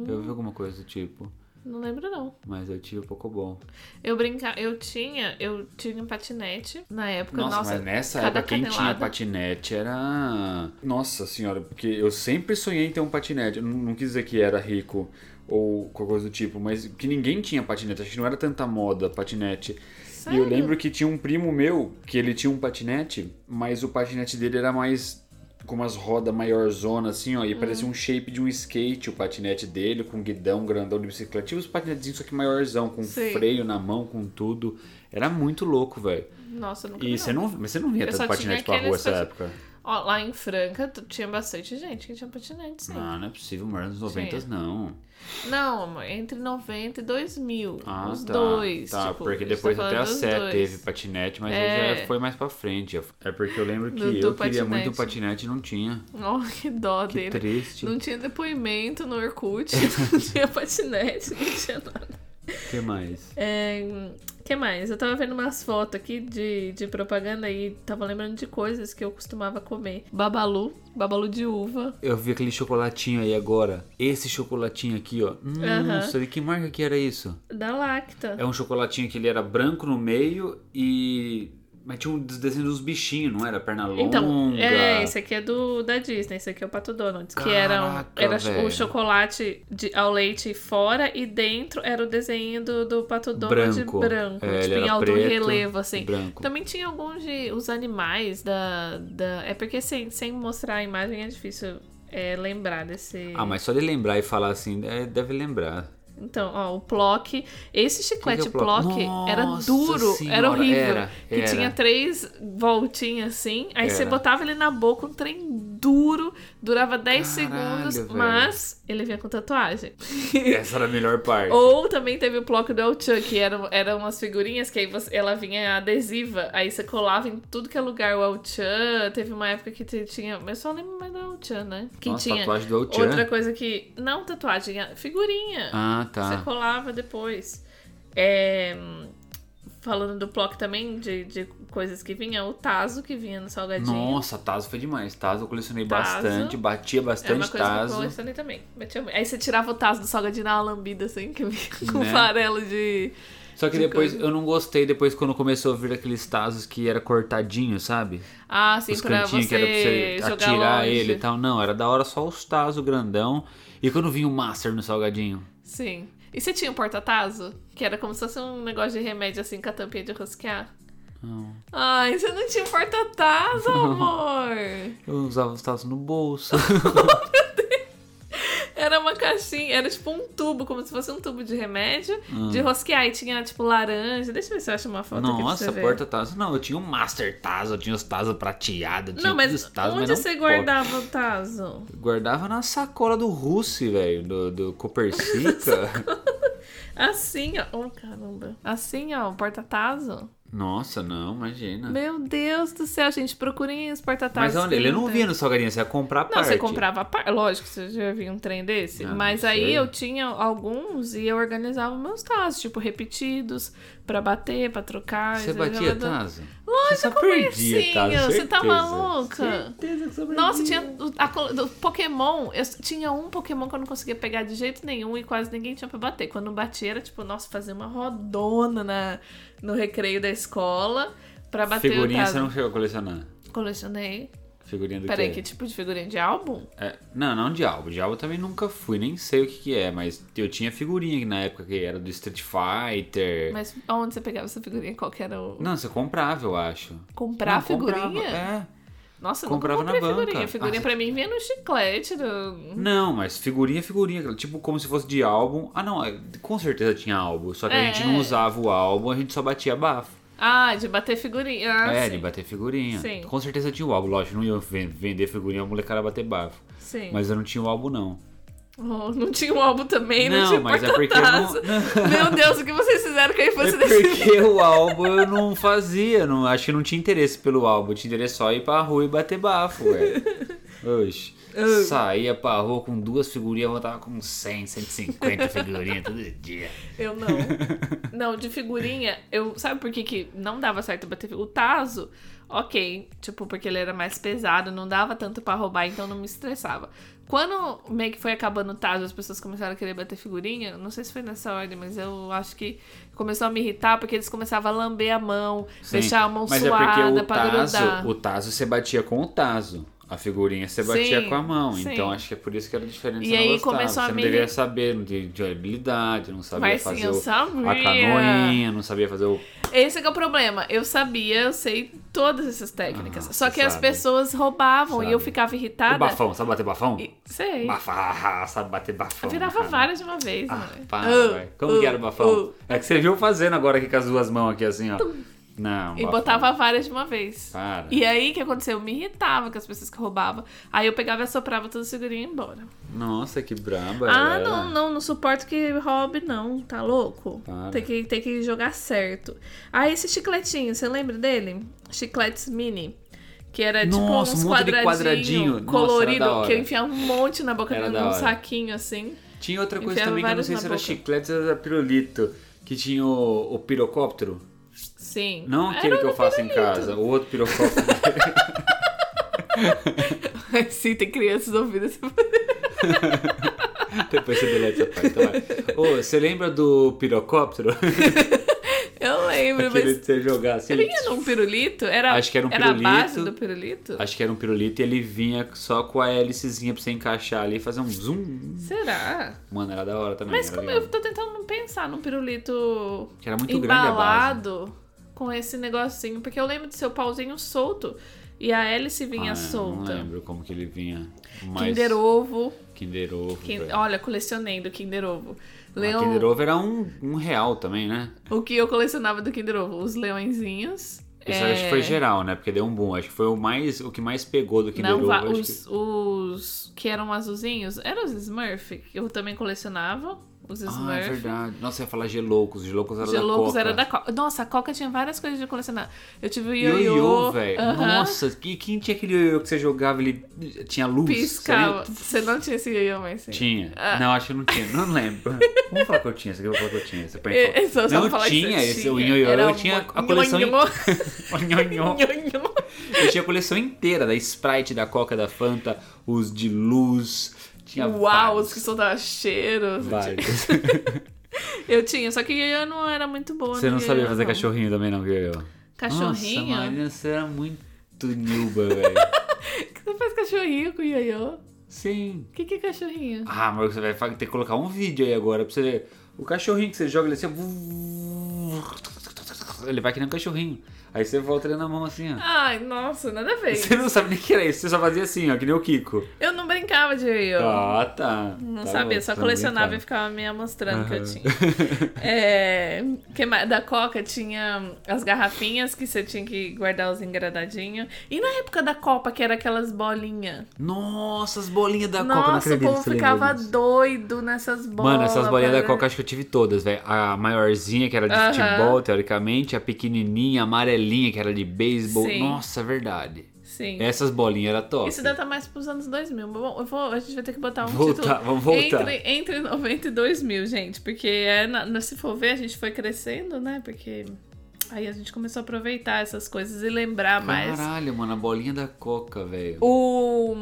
Speaker 2: Eu vi alguma coisa do tipo.
Speaker 1: Não lembro, não.
Speaker 2: Mas eu tive o Pocobol.
Speaker 1: Eu brincava. Eu tinha. Eu tinha um patinete na época.
Speaker 2: Nossa,
Speaker 1: Nossa,
Speaker 2: mas nessa
Speaker 1: cada
Speaker 2: época quem tinha
Speaker 1: canelada.
Speaker 2: patinete era. Nossa senhora, porque eu sempre sonhei em ter um patinete. Eu Não, não quis dizer que era rico ou qualquer coisa do tipo, mas que ninguém tinha patinete. Acho que não era tanta moda patinete. E eu
Speaker 1: Sério?
Speaker 2: lembro que tinha um primo meu que ele tinha um patinete, mas o patinete dele era mais. Com umas rodas maiorzonas assim, ó, e parecia
Speaker 1: Hum.
Speaker 2: um shape de um skate, o patinete dele, com guidão grandão de bicicleta. Tinha os patinetezinhos, só que maiorzão, com
Speaker 1: Sim.
Speaker 2: freio na mão, com tudo. Era muito louco, velho.
Speaker 1: Nossa, eu nunca vi,
Speaker 2: E você não, mas você não
Speaker 1: Eu
Speaker 2: via
Speaker 1: só
Speaker 2: tanto patinete
Speaker 1: tinha
Speaker 2: pra rua
Speaker 1: aqueles
Speaker 2: essa
Speaker 1: pati-
Speaker 2: época?
Speaker 1: Ó, lá em Franca t- tinha bastante gente que tinha patinete, sim.
Speaker 2: Não, não é possível, morar nos 90
Speaker 1: Sim.
Speaker 2: não.
Speaker 1: Não, amor, entre 90 e 2000.
Speaker 2: Ah,
Speaker 1: os
Speaker 2: tá.
Speaker 1: dois.
Speaker 2: Tá,
Speaker 1: tipo,
Speaker 2: porque
Speaker 1: a gente tá
Speaker 2: depois até a
Speaker 1: falando dos
Speaker 2: Sé
Speaker 1: dois.
Speaker 2: teve patinete, mas aí
Speaker 1: É.
Speaker 2: já foi mais pra frente. É porque eu lembro que
Speaker 1: Do-
Speaker 2: eu
Speaker 1: do
Speaker 2: queria
Speaker 1: patinete.
Speaker 2: muito um patinete e não tinha.
Speaker 1: Oh, que dó
Speaker 2: Que
Speaker 1: dele. (laughs)
Speaker 2: triste.
Speaker 1: Não tinha depoimento no Orkut, não tinha patinete, não tinha nada.
Speaker 2: O que mais?
Speaker 1: É, que mais? Eu tava vendo umas fotos aqui de, de propaganda e tava lembrando de coisas que eu costumava comer. Babalu, babalu de uva.
Speaker 2: Eu vi aquele chocolatinho aí agora. Esse chocolatinho aqui, ó. Nossa, de que marca que era isso?
Speaker 1: Da Lacta.
Speaker 2: É um chocolatinho que ele era branco no meio e. Mas tinha um des- desenho dos bichinhos, não era? Perna longa.
Speaker 1: Então, é, esse aqui é do da Disney, esse aqui é o Pato Donald, que era, um-
Speaker 2: Caraca,
Speaker 1: era
Speaker 2: velho.
Speaker 1: o chocolate de- ao leite fora e dentro era o desenho do, do Pato Donald
Speaker 2: Branco.
Speaker 1: branco,
Speaker 2: É, ele
Speaker 1: tipo
Speaker 2: era
Speaker 1: em alto
Speaker 2: preto
Speaker 1: relevo, assim.
Speaker 2: e branco.
Speaker 1: Também tinha alguns de os animais da, da é porque sem, sem mostrar a imagem é difícil é, lembrar desse.
Speaker 2: Ah, mas só de lembrar e falar assim, é, deve lembrar. (laughs)
Speaker 1: Então, ó, o Plock. Esse chiclete
Speaker 2: Que que é o Plock?
Speaker 1: Plock, era
Speaker 2: Nossa
Speaker 1: duro,
Speaker 2: Senhora,
Speaker 1: era horrível.
Speaker 2: era,
Speaker 1: que
Speaker 2: era.
Speaker 1: tinha três voltinhas assim, aí você
Speaker 2: Era.
Speaker 1: botava ele na boca, um trem duro, durava 10
Speaker 2: Caralho,
Speaker 1: segundos,
Speaker 2: velho. É,
Speaker 1: mas ele vinha com tatuagem.
Speaker 2: Essa era a melhor parte.
Speaker 1: Ou também teve o Plock do El Chuck, que eram, eram umas figurinhas que aí você- ela vinha adesiva, aí você colava em tudo que é lugar o El Chan. Teve uma época que te- tinha. Eu só lembro mais do El Chan, né? Que
Speaker 2: Nossa,
Speaker 1: tinha.
Speaker 2: tatuagem do El Chan?
Speaker 1: Outra coisa que. Não tatuagem, a figurinha.
Speaker 2: Ah, tá.
Speaker 1: Você colava depois. É, falando do Plock também, de, de coisas que vinha, o Tazo que vinha no salgadinho.
Speaker 2: Nossa, Tazo foi demais. Tazo eu colecionei
Speaker 1: Tazo.
Speaker 2: bastante, batia
Speaker 1: É uma
Speaker 2: bastante
Speaker 1: coisa que eu
Speaker 2: Tazo.
Speaker 1: colecionei também. Mas tinha- Aí você tirava o tazo do salgadinho na lambida, assim, que
Speaker 2: (laughs)
Speaker 1: vinha com
Speaker 2: Né?
Speaker 1: farelo de.
Speaker 2: Só que
Speaker 1: de
Speaker 2: depois
Speaker 1: coisa.
Speaker 2: eu não gostei depois quando começou a vir aqueles Tazos que era cortadinho, sabe?
Speaker 1: Ah, assim,
Speaker 2: os
Speaker 1: pra
Speaker 2: cantinhos
Speaker 1: você,
Speaker 2: que era pra você
Speaker 1: jogar
Speaker 2: atirar
Speaker 1: longe.
Speaker 2: ele e tal. Não, era da hora só os Tazo grandão. E quando vinha o Master no salgadinho?
Speaker 1: Sim. E você tinha um porta-tazo? Que era como se fosse um negócio de remédio, assim, com a tampinha de rosquear?
Speaker 2: Não.
Speaker 1: Ai, você não tinha um porta-tazo, amor!
Speaker 2: Eu usava os Tazos no bolso.
Speaker 1: Era uma caixinha, era tipo um tubo, como se fosse um tubo de remédio,
Speaker 2: Ah.
Speaker 1: de rosquear. E tinha, tipo, laranja. Deixa eu ver se eu acho uma foto aqui pra você
Speaker 2: Nossa,
Speaker 1: ver.
Speaker 2: porta Tazo. Não, eu tinha o Master Tazo, eu tinha os Tazo prateado. eu tinha
Speaker 1: Não, mas
Speaker 2: os Tazo,
Speaker 1: onde
Speaker 2: mas não
Speaker 1: você
Speaker 2: pode.
Speaker 1: guardava o tazo?
Speaker 2: Guardava na sacola do Russi, velho, do, do
Speaker 1: (laughs)
Speaker 2: Copersica.
Speaker 1: Assim, ó. Oh, caramba. Assim, ó, o porta-tazo.
Speaker 2: Nossa, não, imagina.
Speaker 1: Meu Deus do céu, gente. Procurem os porta-tazos.
Speaker 2: Ah. Mas olha,
Speaker 1: que
Speaker 2: ele não
Speaker 1: tem.
Speaker 2: via no salgadinho, você ia comprar
Speaker 1: Não,
Speaker 2: parte.
Speaker 1: você comprava a parte. Lógico, você já viu um trem desse.
Speaker 2: Ah,
Speaker 1: Mas
Speaker 2: não
Speaker 1: aí
Speaker 2: sei.
Speaker 1: eu tinha alguns e eu organizava meus tazos, tipo, repetidos, pra bater, pra trocar.
Speaker 2: Você
Speaker 1: eu
Speaker 2: batia
Speaker 1: jogava-
Speaker 2: Tazo?
Speaker 1: né, Lógico,
Speaker 2: Você só
Speaker 1: como
Speaker 2: perdia
Speaker 1: assim?
Speaker 2: Tazo,
Speaker 1: Você tá
Speaker 2: certeza.
Speaker 1: maluca?
Speaker 2: Certeza que você
Speaker 1: Nossa,
Speaker 2: perdia.
Speaker 1: tinha o- a col- do Pokémon. Eu s- tinha um Pokémon que eu não conseguia pegar de jeito nenhum e quase ninguém tinha pra bater. Quando batia, era tipo, nossa, fazer uma rodona na, no recreio da escola pra bater
Speaker 2: Figurinha
Speaker 1: o
Speaker 2: você
Speaker 1: tazo.
Speaker 2: não chegou a colecionar.
Speaker 1: Colecionei.
Speaker 2: Figurinha do
Speaker 1: Peraí,
Speaker 2: quê?
Speaker 1: que tipo de figurinha? De álbum?
Speaker 2: É, não, não de álbum. De álbum eu também nunca fui, nem sei o que, que é, mas eu tinha figurinha que na época que era do Street Fighter.
Speaker 1: Mas onde você pegava essa figurinha? Qual que era o.
Speaker 2: É. Não, você comprava, eu acho.
Speaker 1: Comprar
Speaker 2: Não,
Speaker 1: figurinha? Hum.
Speaker 2: comprava, É.
Speaker 1: Nossa, eu
Speaker 2: Comprava na
Speaker 1: nunca comprei
Speaker 2: banca.
Speaker 1: figurinha. Figurinha
Speaker 2: Ah,
Speaker 1: pra mim vinha no chiclete. no-
Speaker 2: Não, mas figurinha, figurinha. Tipo, como se fosse de álbum. Ah, não, é, com certeza tinha álbum. Só que a
Speaker 1: É.
Speaker 2: gente não usava o álbum, a gente só batia bafo.
Speaker 1: Ah, de bater figurinha. Ah,
Speaker 2: é,
Speaker 1: sim.
Speaker 2: de bater figurinha.
Speaker 1: Sim.
Speaker 2: Com certeza tinha o álbum, lógico. Não ia ven- vender figurinha, a molecada bater bafo.
Speaker 1: Sim.
Speaker 2: Mas eu não tinha o álbum, não.
Speaker 1: Oh, não tinha um álbum também, não,
Speaker 2: Não,
Speaker 1: tinha
Speaker 2: mas é
Speaker 1: porta
Speaker 2: porque eu não-
Speaker 1: Meu Deus, o que vocês fizeram com a
Speaker 2: É
Speaker 1: infância desse
Speaker 2: porque o álbum eu não fazia, não, acho que não tinha interesse pelo álbum, tinha interesse só ir pra rua e bater bafo, ué.
Speaker 1: (laughs)
Speaker 2: Oxe. Saía pra rua com duas figurinhas, voltava com 100, 150 figurinhas todo dia.
Speaker 1: Eu
Speaker 2: (laughs)
Speaker 1: não. Não, de figurinha, eu. Sabe por que, que não dava certo bater figurinha? O Tazo, ok. Tipo, porque ele era mais pesado, não dava tanto pra roubar, então não me estressava. Quando meio que foi acabando o Tazo, as pessoas começaram a querer bater figurinha. Não sei se foi nessa ordem, mas eu acho que começou a me irritar porque eles começavam a lamber a mão,
Speaker 2: Sim,
Speaker 1: deixar a mão
Speaker 2: Mas
Speaker 1: suada
Speaker 2: é porque o
Speaker 1: pra grudar.
Speaker 2: tazo, o tazo você batia com o tazo. A figurinha você batia
Speaker 1: Sim,
Speaker 2: com a mão.
Speaker 1: sim.
Speaker 2: Então acho que é por isso que era diferente.
Speaker 1: E
Speaker 2: você
Speaker 1: aí
Speaker 2: não gostava.
Speaker 1: começou a
Speaker 2: Você não
Speaker 1: me-
Speaker 2: devia saber não de, de habilidade, não sabia
Speaker 1: Mas sim,
Speaker 2: fazer
Speaker 1: eu
Speaker 2: o-
Speaker 1: sabia.
Speaker 2: a canoinha, não sabia fazer o
Speaker 1: Esse que é o problema. Eu sabia, eu sei todas essas técnicas.
Speaker 2: Ah,
Speaker 1: Só que
Speaker 2: você
Speaker 1: as
Speaker 2: sabe.
Speaker 1: pessoas roubavam
Speaker 2: Sabe.
Speaker 1: e eu ficava
Speaker 2: O
Speaker 1: irritada.
Speaker 2: bafão, sabe bater bafão?
Speaker 1: E- sei.
Speaker 2: Bafá, sabe bater bafão.
Speaker 1: Eu virava várias de uma vez,
Speaker 2: Ah,
Speaker 1: né?
Speaker 2: para,
Speaker 1: Ah,
Speaker 2: vai. Como que era o
Speaker 1: ah,
Speaker 2: bafão?
Speaker 1: ah.
Speaker 2: É que você viu fazendo agora aqui com as duas mãos aqui assim, ó. Não.
Speaker 1: E
Speaker 2: bafão.
Speaker 1: botava várias de uma vez.
Speaker 2: Para.
Speaker 1: E aí, o que aconteceu? Eu me irritava com as pessoas que roubavam. Aí eu pegava e soprava tudo segurinho e ia embora.
Speaker 2: Nossa, que braba.
Speaker 1: Ah,
Speaker 2: ela.
Speaker 1: não, não, não suporto que roube, não. Tá louco?
Speaker 2: Para.
Speaker 1: Tem que, tem que jogar certo. Ah, esse chicletinho, você lembra dele? Chicletes mini. Que era tipo
Speaker 2: Nossa,
Speaker 1: uns
Speaker 2: um monte de
Speaker 1: quadradinho,
Speaker 2: quadradinho. Nossa,
Speaker 1: colorido,
Speaker 2: era da hora.
Speaker 1: que eu enfiava um monte na boca
Speaker 2: Era
Speaker 1: dentro
Speaker 2: da
Speaker 1: de um
Speaker 2: hora.
Speaker 1: saquinho assim.
Speaker 2: Tinha outra coisa
Speaker 1: Enfiava
Speaker 2: também que eu não
Speaker 1: vários
Speaker 2: sei
Speaker 1: na
Speaker 2: se era
Speaker 1: boca.
Speaker 2: chiclete ou era pirulito. Que tinha o, o pirocóptero.
Speaker 1: Sim.
Speaker 2: Não
Speaker 1: Era
Speaker 2: aquele que eu
Speaker 1: um
Speaker 2: faço em
Speaker 1: pirulito.
Speaker 2: casa, o outro pirocóptero.
Speaker 1: (laughs)
Speaker 2: (laughs)
Speaker 1: Sim, tem crianças ouvidas.
Speaker 2: Depois você deleta essa parte. Tá lá. Ô, você lembra do pirocóptero?
Speaker 1: Eu lembro,
Speaker 2: Aquele
Speaker 1: mas.
Speaker 2: que você assim? jogasse. ele-
Speaker 1: Vinha num pirulito? Era,
Speaker 2: Acho que era um
Speaker 1: a base
Speaker 2: pirulito.
Speaker 1: do pirulito?
Speaker 2: Acho que era um pirulito e ele vinha só com a hélicezinha pra você encaixar ali e fazer um zoom.
Speaker 1: Será?
Speaker 2: Mano, era da hora também.
Speaker 1: Mas
Speaker 2: era
Speaker 1: como
Speaker 2: legal.
Speaker 1: eu tô tentando não pensar num pirulito
Speaker 2: Que era muito grande a base.
Speaker 1: embalado com esse negocinho, porque eu lembro de seu pauzinho solto e a hélice vinha
Speaker 2: Ah,
Speaker 1: solta.
Speaker 2: Não lembro como que ele vinha. Mas...
Speaker 1: Kinder Ovo.
Speaker 2: Kinder Ovo.
Speaker 1: Kin-
Speaker 2: velho.
Speaker 1: Olha, colecionei do Kinder Ovo.
Speaker 2: Ah,
Speaker 1: Leão...
Speaker 2: Kinder Ovo era um, um real também, né?
Speaker 1: O que eu colecionava do Kinder Ovo? Os leõezinhos.
Speaker 2: Isso
Speaker 1: é,
Speaker 2: acho que foi geral, né? Porque deu um boom. Acho que foi o, mais, o que mais pegou do Kinder
Speaker 1: Não,
Speaker 2: Ovo.
Speaker 1: va-
Speaker 2: acho
Speaker 1: os, os que eram azulzinhos, eram os Smurf, que eu também colecionava. Os
Speaker 2: que...
Speaker 1: Smurf.
Speaker 2: Ah, é verdade. Nossa, eu ia falar Geloucos. Geloucos era
Speaker 1: Geloucos
Speaker 2: da Coca.
Speaker 1: era da Coca. Nossa, a Coca tinha várias coisas de colecionar. Eu tive o ioiô.
Speaker 2: Ioiô, velho.
Speaker 1: aham,
Speaker 2: Nossa, que, quem tinha aquele ioiô que você jogava, ele tinha luz?
Speaker 1: Piscava.
Speaker 2: Sério?
Speaker 1: Você não tinha esse ioiô, mas sim.
Speaker 2: Tinha.
Speaker 1: Ah.
Speaker 2: Não, acho que não tinha.
Speaker 1: (laughs)
Speaker 2: Não lembro. Vamos falar que eu tinha. Você quer falar que eu tinha? Você põe
Speaker 1: É, é só- só
Speaker 2: Não
Speaker 1: falar que
Speaker 2: tinha
Speaker 1: você
Speaker 2: esse
Speaker 1: tinha.
Speaker 2: o ioiô.
Speaker 1: Era um
Speaker 2: Eu
Speaker 1: uma-
Speaker 2: tinha a
Speaker 1: (laughs)
Speaker 2: coleção
Speaker 1: ionhô.
Speaker 2: Ionhô.
Speaker 1: Ionhô.
Speaker 2: Eu tinha a coleção inteira da Sprite, da Coca, da Fanta, os de luz. Tinha
Speaker 1: Uau,
Speaker 2: vários.
Speaker 1: os que soltavam cheiro.
Speaker 2: Vários.
Speaker 1: Eu tinha, só que eu não era muito boa.
Speaker 2: Você
Speaker 1: no
Speaker 2: não sabia
Speaker 1: ioiô,
Speaker 2: fazer
Speaker 1: não.
Speaker 2: cachorrinho também, não, ioiô?
Speaker 1: Cachorrinho?
Speaker 2: Nossa, Marina, você era muito nilba, velho.
Speaker 1: Você faz cachorrinho com ioiô?
Speaker 2: Sim.
Speaker 1: O que, que é cachorrinho?
Speaker 2: Ah, Marcos, você vai fa- ter que colocar um vídeo aí agora pra você ver. O cachorrinho que você joga, ele assim. ó, Ele vai que nem um cachorrinho. Aí você volta ele na mão assim, ó.
Speaker 1: Ai, nossa, nada a ver.
Speaker 2: Você não sabe nem o que era isso, você só fazia assim, ó, que nem o Kiko.
Speaker 1: Eu não brincava de ioiô.
Speaker 2: Ah, tá.
Speaker 1: Não
Speaker 2: Tá
Speaker 1: sabia,
Speaker 2: bom,
Speaker 1: só
Speaker 2: tá
Speaker 1: colecionava e
Speaker 2: brincando.
Speaker 1: ficava meio mostrando que eu
Speaker 2: Aham. (laughs)
Speaker 1: tinha. É, que mais? Da Coca tinha as garrafinhas que você tinha que guardar os engradadinhos. E na época da Copa, que era aqulas bolinhas.
Speaker 2: Nossa, as bolinhas da Coca, não
Speaker 1: Nossa, o
Speaker 2: acredito
Speaker 1: povo
Speaker 2: que você lembra
Speaker 1: ficava
Speaker 2: disso.
Speaker 1: doido nessas bolas. né?
Speaker 2: Mano, essas bolinhas da
Speaker 1: cara.
Speaker 2: Coca acho que eu tive todas, velho. A maiorzinha, que era de
Speaker 1: Aham.
Speaker 2: futebol, teoricamente. A pequenininha, a amarelinha, que era de beisebol.
Speaker 1: Sim.
Speaker 2: Nossa, verdade.
Speaker 1: Sim.
Speaker 2: Essas bolinhas era é top.
Speaker 1: Isso data mais pros anos 2000. Bom, eu vou, a gente vai ter que botar um
Speaker 2: Voltar,
Speaker 1: título.
Speaker 2: vamos voltar.
Speaker 1: Entre, entre 90 e 2000, gente. Porque é na- na- se for ver, a gente foi crescendo, né? Porque aí a gente começou a aproveitar essas coisas e lembrar mais.
Speaker 2: Caralho, mano, a bolinha da Coca, velho.
Speaker 1: O.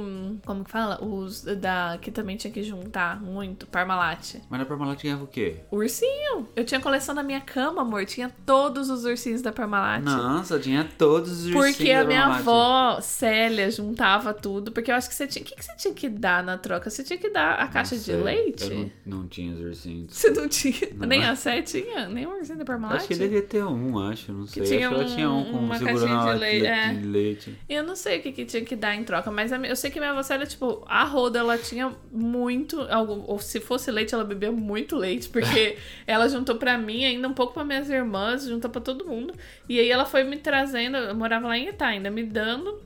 Speaker 1: Como que fala? Os da. Que também tinha que juntar muito. Parmalat.
Speaker 2: Mas na Parmalat ganhava o quê?
Speaker 1: Ursinho. Eu tinha coleção na minha cama, amor. Tinha todos os ursinhos da Parmalat.
Speaker 2: Nossa, tinha todos os ursinhos
Speaker 1: Porque a
Speaker 2: da
Speaker 1: minha
Speaker 2: Parmalat.
Speaker 1: avó, Célia, juntava tudo. Porque eu acho que você tinha. O que, que você tinha que dar na troca? Você tinha que dar a caixa
Speaker 2: Não
Speaker 1: de
Speaker 2: sei,
Speaker 1: leite?
Speaker 2: Eu não, não tinha os ursinhos.
Speaker 1: Você não tinha.
Speaker 2: Não. é.
Speaker 1: Nem a Sé tinha? Nem o ursinho da Parmalat?
Speaker 2: Acho que devia ter um, acho, não sei.
Speaker 1: tinha
Speaker 2: acho que ela
Speaker 1: um-
Speaker 2: tinha um com
Speaker 1: uma
Speaker 2: segurando
Speaker 1: caixinha
Speaker 2: a
Speaker 1: de lei- é.
Speaker 2: de leite.
Speaker 1: Eu não sei o que, que tinha que dar em troca, mas a mi- eu sei que minha avó Célia, tipo, a roda, ela tinha muito. algum- Ou se fosse leite, ela bebia muito leite,
Speaker 2: (laughs)
Speaker 1: porque ela juntou pra mim, ainda um pouco pra minhas irmãs, juntou pra todo mundo. E aí ela foi me trazendo, eu morava lá em Itá ainda, me dando.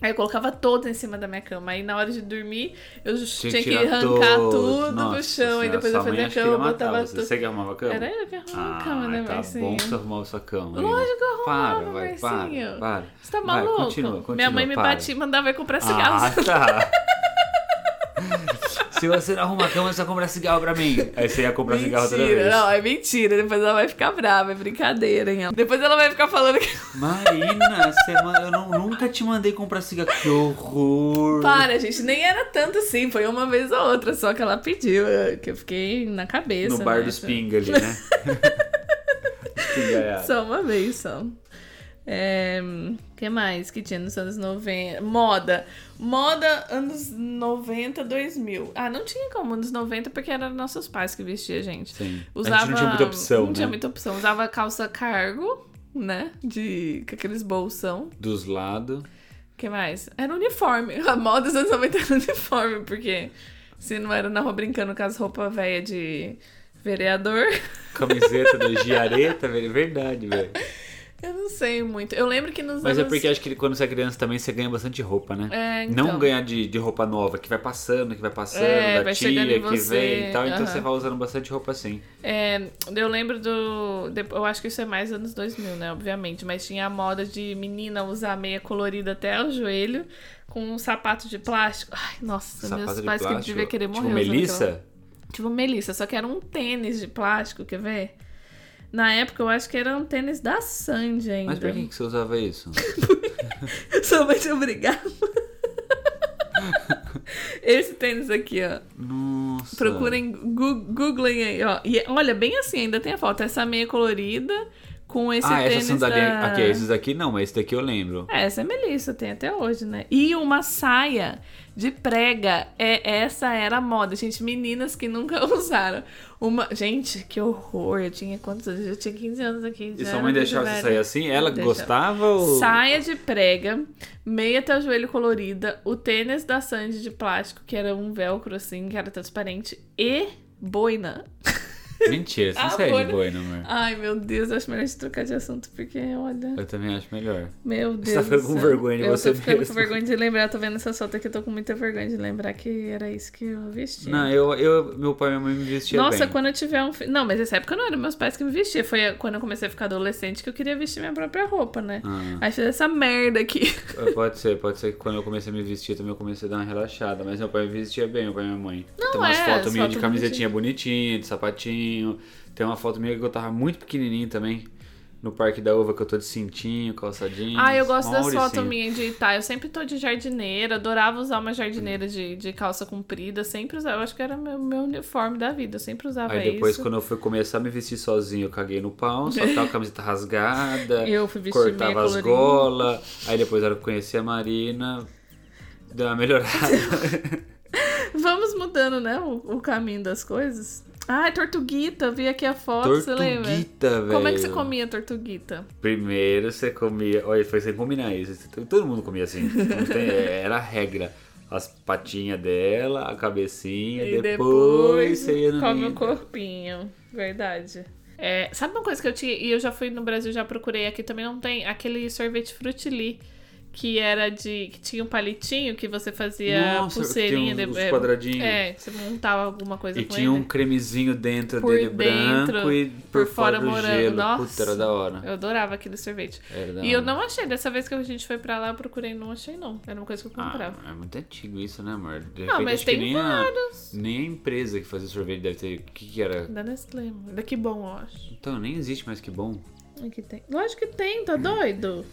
Speaker 1: Aí eu colocava todos em cima da minha cama. Aí na hora de dormir, eu tinha, que,
Speaker 2: tirar
Speaker 1: arrancar
Speaker 2: todos.
Speaker 1: tudo
Speaker 2: Nossa
Speaker 1: do chão.
Speaker 2: senhora,
Speaker 1: E depois
Speaker 2: sua
Speaker 1: eu fazia
Speaker 2: mãe
Speaker 1: a
Speaker 2: acho que queria
Speaker 1: cama,
Speaker 2: matar
Speaker 1: botava
Speaker 2: você.
Speaker 1: tudo.
Speaker 2: Você que arrumava a cama?
Speaker 1: Era eu que arrumava a cama,
Speaker 2: Ah,
Speaker 1: né,
Speaker 2: tá
Speaker 1: Marcinho?
Speaker 2: bom que você arrumava sua cama. aí.
Speaker 1: Lógico que eu arrumava,
Speaker 2: Para, vai, para,
Speaker 1: Marcinho.
Speaker 2: para.
Speaker 1: Você tá
Speaker 2: Vai,
Speaker 1: maluco?
Speaker 2: continua, continua,
Speaker 1: Minha mãe me
Speaker 2: para.
Speaker 1: batia e mandava eu comprar cigarros.
Speaker 2: Ah, tá. (laughs) Se você não arruma a cama, você compra cigarro pra mim. Aí você ia comprar cigarro toda
Speaker 1: Mentira,
Speaker 2: vez.
Speaker 1: Não, é mentira. Depois ela vai ficar brava, é brincadeira, hein? Depois ela vai ficar falando que.
Speaker 2: Marina, você man- eu não- nunca te mandei comprar cigarro. Que horror.
Speaker 1: Para, gente, nem era tanto assim. Foi uma vez ou outra só que ela pediu, eh, que eu fiquei na cabeça.
Speaker 2: no bar
Speaker 1: né?
Speaker 2: dos pinga ali,
Speaker 1: (laughs)
Speaker 2: né? Espingalhada.
Speaker 1: Só uma vez só. É, que mais que tinha nos anos 90? Moda. Moda anos 90, 2000. Ah, não tinha como nos 90 porque eram nossos pais que vestiam a gente.
Speaker 2: Sim.
Speaker 1: Usava,
Speaker 2: A gente não tinha muita opção,
Speaker 1: Não
Speaker 2: né?
Speaker 1: tinha muita opção. Usava calça cargo, né? De, com aqueles bolsão.
Speaker 2: Dos lados.
Speaker 1: O que mais? Era uniforme. (laughs) A moda dos anos 90 era uniforme, porque se não era na rua brincando com as roupas velhas de vereador, (laughs)
Speaker 2: (laughs) Camiseta do Giareta, velho. É Verdade, velho.
Speaker 1: Eu não sei muito. Eu lembro que nos
Speaker 2: Mas é
Speaker 1: anos...
Speaker 2: porque acho que quando você é criança também você ganha bastante roupa, né?
Speaker 1: É, então.
Speaker 2: Não ganhar de, de roupa nova, que vai passando, que vai passando,
Speaker 1: É,
Speaker 2: da
Speaker 1: vai
Speaker 2: tia
Speaker 1: chegando em
Speaker 2: que
Speaker 1: você,
Speaker 2: vem e tal. Então
Speaker 1: aham.
Speaker 2: você vai usando bastante roupa assim.
Speaker 1: É, eu lembro do. de- Eu acho que isso é mais anos 2000, né? Obviamente. Mas tinha a moda de menina usar meia colorida até o joelho com um sapato de plástico. Ai, nossa, meus
Speaker 2: Sapato de
Speaker 1: pais que
Speaker 2: plástico.
Speaker 1: devia querer morrer.
Speaker 2: tipo,
Speaker 1: usando aquela-
Speaker 2: Melissa?
Speaker 1: Tipo Melissa, só que era um tênis de plástico, quer ver? Na época eu acho que era um tênis da Sandy ainda.
Speaker 2: Mas
Speaker 1: (laughs)
Speaker 2: por que que você usava isso?
Speaker 1: Sua mãe te
Speaker 2: (laughs)
Speaker 1: obrigava. Esse tênis aqui, ó.
Speaker 2: Nossa.
Speaker 1: Procurem, gu- googlem aí, ó. E olha, bem assim, ainda tem a foto. Essa meia colorida com esse
Speaker 2: ah, essa
Speaker 1: tênis
Speaker 2: sandália.
Speaker 1: da...
Speaker 2: Aqui, esses daqui não, mas esse daqui eu lembro.
Speaker 1: É, essa é Melissa, tem até hoje, né? E uma saia de prega. É, essa era a moda. Gente, meninas que nunca (laughs) usaram. Uma... Gente, que horror. Eu tinha quantos anos? Eu tinha 15 anos aqui.
Speaker 2: E
Speaker 1: já
Speaker 2: sua
Speaker 1: era
Speaker 2: mãe
Speaker 1: muito
Speaker 2: deixava você
Speaker 1: velha.
Speaker 2: sair assim? Ela
Speaker 1: Deixava.
Speaker 2: gostava ou.
Speaker 1: Saia de prega, meia até o joelho colorida, o tênis da Sandy de plástico, que era um velcro assim, que era transparente, e boina.
Speaker 2: Mentira, você não
Speaker 1: Ah,
Speaker 2: sai de
Speaker 1: boina.
Speaker 2: boina, amor.
Speaker 1: Ai, meu Deus, eu acho melhor de trocar de assunto, porque olha.
Speaker 2: Eu também acho melhor.
Speaker 1: Meu Deus.
Speaker 2: Você tá
Speaker 1: do
Speaker 2: ficando com
Speaker 1: céu.
Speaker 2: vergonha de
Speaker 1: eu
Speaker 2: você
Speaker 1: tô ficando
Speaker 2: mesmo.
Speaker 1: com vergonha de lembrar, tô vendo essa foto aqui, eu tô com muita vergonha de lembrar que era isso que eu vestia.
Speaker 2: Não, eu, eu, meu pai e minha mãe me vestiam
Speaker 1: Nossa,
Speaker 2: bem.
Speaker 1: quando eu tiver um filho. Não, mas nessa época não eram meus pais que me vestiam. Foi quando eu comecei a ficar adolescente que eu queria vestir minha própria roupa, né?
Speaker 2: Ah.
Speaker 1: Aí fiz essa merda aqui.
Speaker 2: Pode ser, pode ser que quando eu comecei a me vestir também eu comecei a dar uma relaxada, mas meu pai me vestia bem, meu pai e minha mãe. tem umas
Speaker 1: é,
Speaker 2: fotos
Speaker 1: as
Speaker 2: minhas de
Speaker 1: fotos
Speaker 2: camisetinha bonitinha, de sapatinho. Tem uma foto minha que eu tava muito pequenininho também, no Parque da Uva, que eu tô de cintinho, calçadinho.
Speaker 1: Ah, eu gosto das fotos minhas de tá. Eu sempre tô de jardineira, adorava usar uma jardineira de, de calça comprida, sempre usava. Eu acho que era meu, meu uniforme da vida, eu sempre usava
Speaker 2: Aí depois,
Speaker 1: isso.
Speaker 2: quando eu fui começar a me vestir sozinho, eu caguei no pau, só tava com a camiseta (laughs) rasgada,
Speaker 1: Eu fui vestir meia
Speaker 2: cortava as
Speaker 1: colorida.
Speaker 2: golas. Aí depois, na hora que eu conheci a Marina, deu
Speaker 1: (laughs)
Speaker 2: uma melhorada.
Speaker 1: Vamos mudando, né, o, o caminho das coisas. Ah, tortuguita, vi aqui a foto, você lembra?
Speaker 2: Tortuguita, velho.
Speaker 1: Como é que você comia tortuguita?
Speaker 2: Primeiro você comia. Olha, foi sem combinar isso. Todo mundo comia assim. Não tem- Era a regra. As patinhas dela, a cabecinha,
Speaker 1: E
Speaker 2: depois você ia no.
Speaker 1: come o
Speaker 2: ninho.
Speaker 1: corpinho, verdade. É, sabe uma coisa que eu tinha, e eu já fui no Brasil, já procurei aqui também, não tem aquele sorvete frutili, que era de, que tinha um palitinho que você fazia
Speaker 2: Nossa, que
Speaker 1: pulseirinha.
Speaker 2: tinha
Speaker 1: de-
Speaker 2: uns
Speaker 1: é,
Speaker 2: quadradinhos.
Speaker 1: É, você montava alguma coisa
Speaker 2: E
Speaker 1: com ele.
Speaker 2: tinha um cremezinho dentro
Speaker 1: Por
Speaker 2: dele
Speaker 1: dentro,
Speaker 2: branco e por,
Speaker 1: por fora
Speaker 2: do
Speaker 1: morango.
Speaker 2: gelo.
Speaker 1: Nossa.
Speaker 2: Puta, era da hora.
Speaker 1: Eu adorava aquele sorvete.
Speaker 2: Era da
Speaker 1: E eu
Speaker 2: hora.
Speaker 1: não achei, dessa vez que a gente foi pra lá, eu procurei não achei não. Era uma coisa que eu comprava.
Speaker 2: Ah, é muito antigo isso, né, amor? De
Speaker 1: Não,
Speaker 2: repente,
Speaker 1: Ah, mas
Speaker 2: acho que
Speaker 1: tem
Speaker 2: nem
Speaker 1: vários.
Speaker 2: A, nem a empresa que fazia sorvete deve ter. O que, que era?
Speaker 1: Da Nestlé, mano. Da que bom, eu acho.
Speaker 2: Então, nem existe mais que bom.
Speaker 1: Aqui tem. Lógico que tem, tá doido?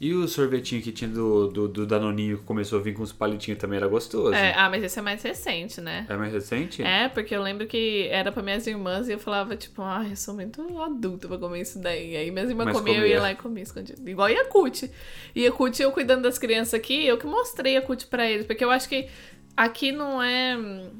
Speaker 2: E o sorvetinho que tinha do, do, do Danoninho que começou a vir com os palitinhos também era gostoso.
Speaker 1: É, ah, mas esse é mais recente, né?
Speaker 2: É mais recente?
Speaker 1: É, porque eu lembro que era pra minhas irmãs e eu falava, tipo, ah, eu sou muito adulta pra comer isso daí. Aí minhas irmãs
Speaker 2: Mas
Speaker 1: comiam, eu
Speaker 2: comia.
Speaker 1: ia lá e comia escondido. Igual Yakut. E Yakut, eu cuidando das crianças aqui, eu que mostrei Yakut pra eles. Porque eu acho que aqui não é... hum,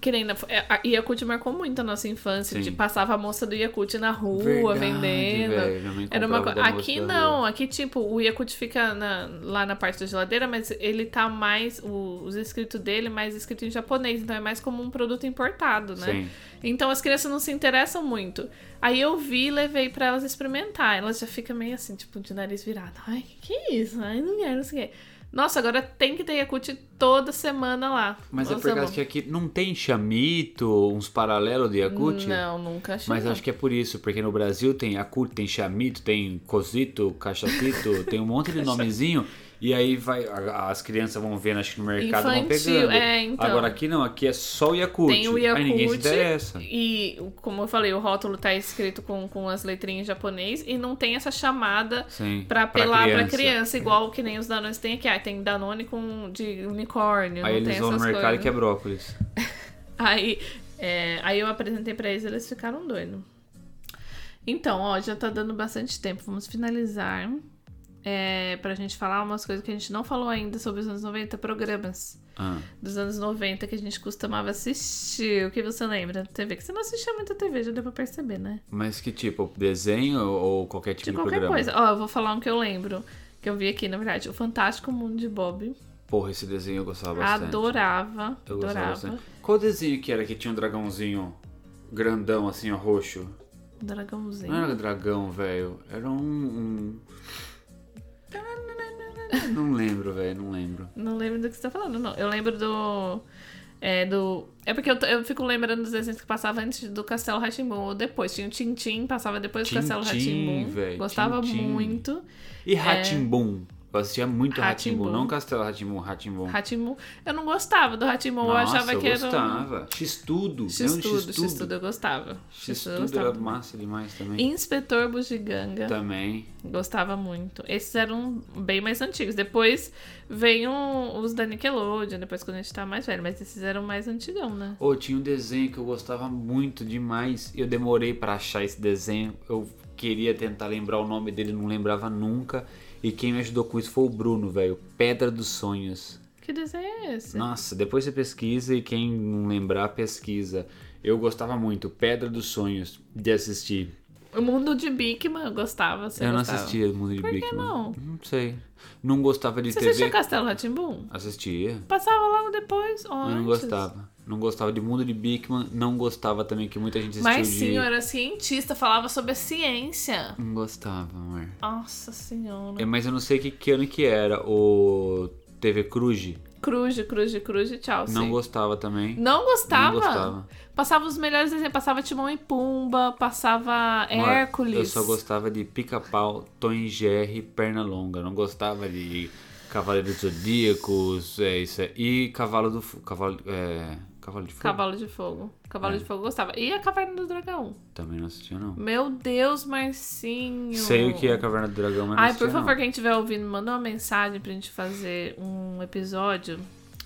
Speaker 1: Que nem na, é, a Yakut marcou muito a nossa infância.
Speaker 2: Sim.
Speaker 1: De passava a moça do Yakut na rua
Speaker 2: Verdade,
Speaker 1: vendendo.
Speaker 2: velho, minha mãe
Speaker 1: Era uma
Speaker 2: comprava
Speaker 1: co-
Speaker 2: da moça
Speaker 1: Aqui
Speaker 2: da
Speaker 1: não,
Speaker 2: rua.
Speaker 1: Aqui, tipo, o Yakut fica na- lá na parte da geladeira, mas ele tá mais. o- os escritos dele mais escrito em japonês, então é mais como um produto importado, né?
Speaker 2: Sim.
Speaker 1: Então as crianças não se interessam muito. Aí eu vi e levei pra elas experimentar. Elas já ficam meio assim, tipo, de nariz virado. Ai, que, que é isso? Ai, não quero, não sei o quê. Nossa, agora tem que ter Yakut toda semana lá.
Speaker 2: Mas é
Speaker 1: Nossa,
Speaker 2: por causa
Speaker 1: bom.
Speaker 2: que aqui não tem chamito, uns paralelos de Yakut?
Speaker 1: Não, nunca achei.
Speaker 2: Mas acho que é por isso, porque no Brasil tem Yakut, tem chamito, tem cozito,
Speaker 1: (laughs)
Speaker 2: cachacito, tem um monte de nomezinho. E aí vai, a- as crianças vão vendo, acho que no mercado
Speaker 1: Infantil,
Speaker 2: vão pegando.
Speaker 1: é, então.
Speaker 2: Agora aqui não, aqui é só o Yakut.
Speaker 1: Tem o
Speaker 2: Aí ninguém se
Speaker 1: Yakult.
Speaker 2: interessa.
Speaker 1: E, como eu falei, o rótulo tá escrito com, com as letrinhas em japonês e não tem essa chamada
Speaker 2: Sim,
Speaker 1: pra
Speaker 2: pra
Speaker 1: apelar pra
Speaker 2: criança.
Speaker 1: criança. igual que nem os Danones tem aqui. Ah, tem Danone com, de unicórnio.
Speaker 2: Aí
Speaker 1: não
Speaker 2: eles
Speaker 1: tem
Speaker 2: vão no
Speaker 1: essas
Speaker 2: mercado
Speaker 1: coisas.
Speaker 2: e que é brócolis.
Speaker 1: Aí, é, aí eu apresentei pra eles eles ficaram doidos. Então, ó, já tá dando bastante tempo. Vamos finalizar é, pra gente falar umas coisas que a gente não falou ainda sobre os anos 90, programas
Speaker 2: Ah.
Speaker 1: dos anos 90 que a gente costumava assistir. O que você lembra? TV, que você não assistia muito a TV, já deu pra perceber, né?
Speaker 2: Mas que tipo? Desenho ou qualquer
Speaker 1: De
Speaker 2: tipo de,
Speaker 1: qualquer
Speaker 2: programa?
Speaker 1: coisa. Ó, eu vou falar um que eu lembro. Que eu vi aqui, na verdade. O Fantástico Mundo de Bob.
Speaker 2: Porra, esse desenho eu gostava bastante.
Speaker 1: Adorava.
Speaker 2: Eu gostava
Speaker 1: adorava.
Speaker 2: bastante. Qual desenho que era que tinha um dragãozinho grandão, assim, ó, roxo?
Speaker 1: um dragãozinho.
Speaker 2: Não era dragão, velho. Era um. um- Não lembro, velho, não lembro.
Speaker 1: Não lembro do que você tá falando, não. Eu lembro do. É, do... é porque eu, tô- eu fico lembrando dos desenhos que passava antes do Castelo Ratimbum ou depois. Tinha o Tintim, passava depois do
Speaker 2: Tintim,
Speaker 1: Castelo Ratimbum.
Speaker 2: véi,
Speaker 1: Gostava
Speaker 2: Tintim.
Speaker 1: muito.
Speaker 2: E Ratimbum? Eu assistia muito Ratimbum,
Speaker 1: Rá-Tim-Bum.
Speaker 2: não Castelo Ratimbum, Ratimbum.
Speaker 1: Ratimbum. Eu não gostava do Ratimbum, eu
Speaker 2: Nossa,
Speaker 1: achava
Speaker 2: eu
Speaker 1: que era. um
Speaker 2: gostava. X-Tudo. era um
Speaker 1: X-Tudo, X-Tudo Então, eu gostava. X-Tudo eu
Speaker 2: X-Tudo
Speaker 1: gostava.
Speaker 2: era Tá. massa demais também.
Speaker 1: Inspetor Bugiganga.
Speaker 2: Também.
Speaker 1: Gostava muito. Esses eram bem mais antigos. Depois venham os da Nickelodeon, depois quando a gente tá mais velho. Mas esses eram mais antigão, né?
Speaker 2: Ô, tinha um desenho que eu gostava muito demais. Eu demorei pra achar esse desenho. Eu queria tentar lembrar o nome dele, não lembrava nunca. E quem me ajudou com isso foi o Bruno, velho. Pedra dos Sonhos.
Speaker 1: Que desenho é esse?
Speaker 2: Nossa, depois você pesquisa e quem não lembrar, pesquisa. Eu gostava muito, Pedra dos Sonhos, de assistir.
Speaker 1: O mundo de Bigman eu gostava. Você
Speaker 2: eu não
Speaker 1: gostava.
Speaker 2: assistia o Mundo de
Speaker 1: que
Speaker 2: Big
Speaker 1: não?
Speaker 2: Não sei. Não gostava de
Speaker 1: Você
Speaker 2: TV.
Speaker 1: assistia Castelo Ratimbum?
Speaker 2: Assistia.
Speaker 1: Passava logo depois, ou
Speaker 2: Eu não
Speaker 1: antes.
Speaker 2: gostava. Não gostava de Mundo de Bigman, não gostava também que muita gente assistiu
Speaker 1: Mas sim,
Speaker 2: de...
Speaker 1: eu era cientista, falava sobre a ciência.
Speaker 2: Não gostava, amor.
Speaker 1: Nossa senhora.
Speaker 2: É, mas eu não sei que, que ano que era. O TV Cruz
Speaker 1: Cruz, cruz, cruz, tchau.
Speaker 2: não
Speaker 1: sim.
Speaker 2: gostava também.
Speaker 1: Não gostava?
Speaker 2: Não gostava.
Speaker 1: Passava os melhores desenhos. Passava Timão e Pumba, passava
Speaker 2: Amor,
Speaker 1: Hércules.
Speaker 2: Eu só gostava de Pica-Pau, Tom e Jerry, Perna Longa. Eu Não gostava de Cavaleiros Zodíacos, é isso aí. E Cavalo do Fogo. Cavalo, é, Cavalo de Fogo?
Speaker 1: Cavalo de Fogo.
Speaker 2: É.
Speaker 1: Cavalo de Fogo eu gostava. E a Caverna do Dragão.
Speaker 2: Também não assistia, não.
Speaker 1: Meu Deus, Marcinho.
Speaker 2: Sei o que é Caverna do Dragão, mas não
Speaker 1: Ai,
Speaker 2: assistia,
Speaker 1: por favor,
Speaker 2: não.
Speaker 1: quem estiver ouvindo, manda uma mensagem pra gente fazer um episódio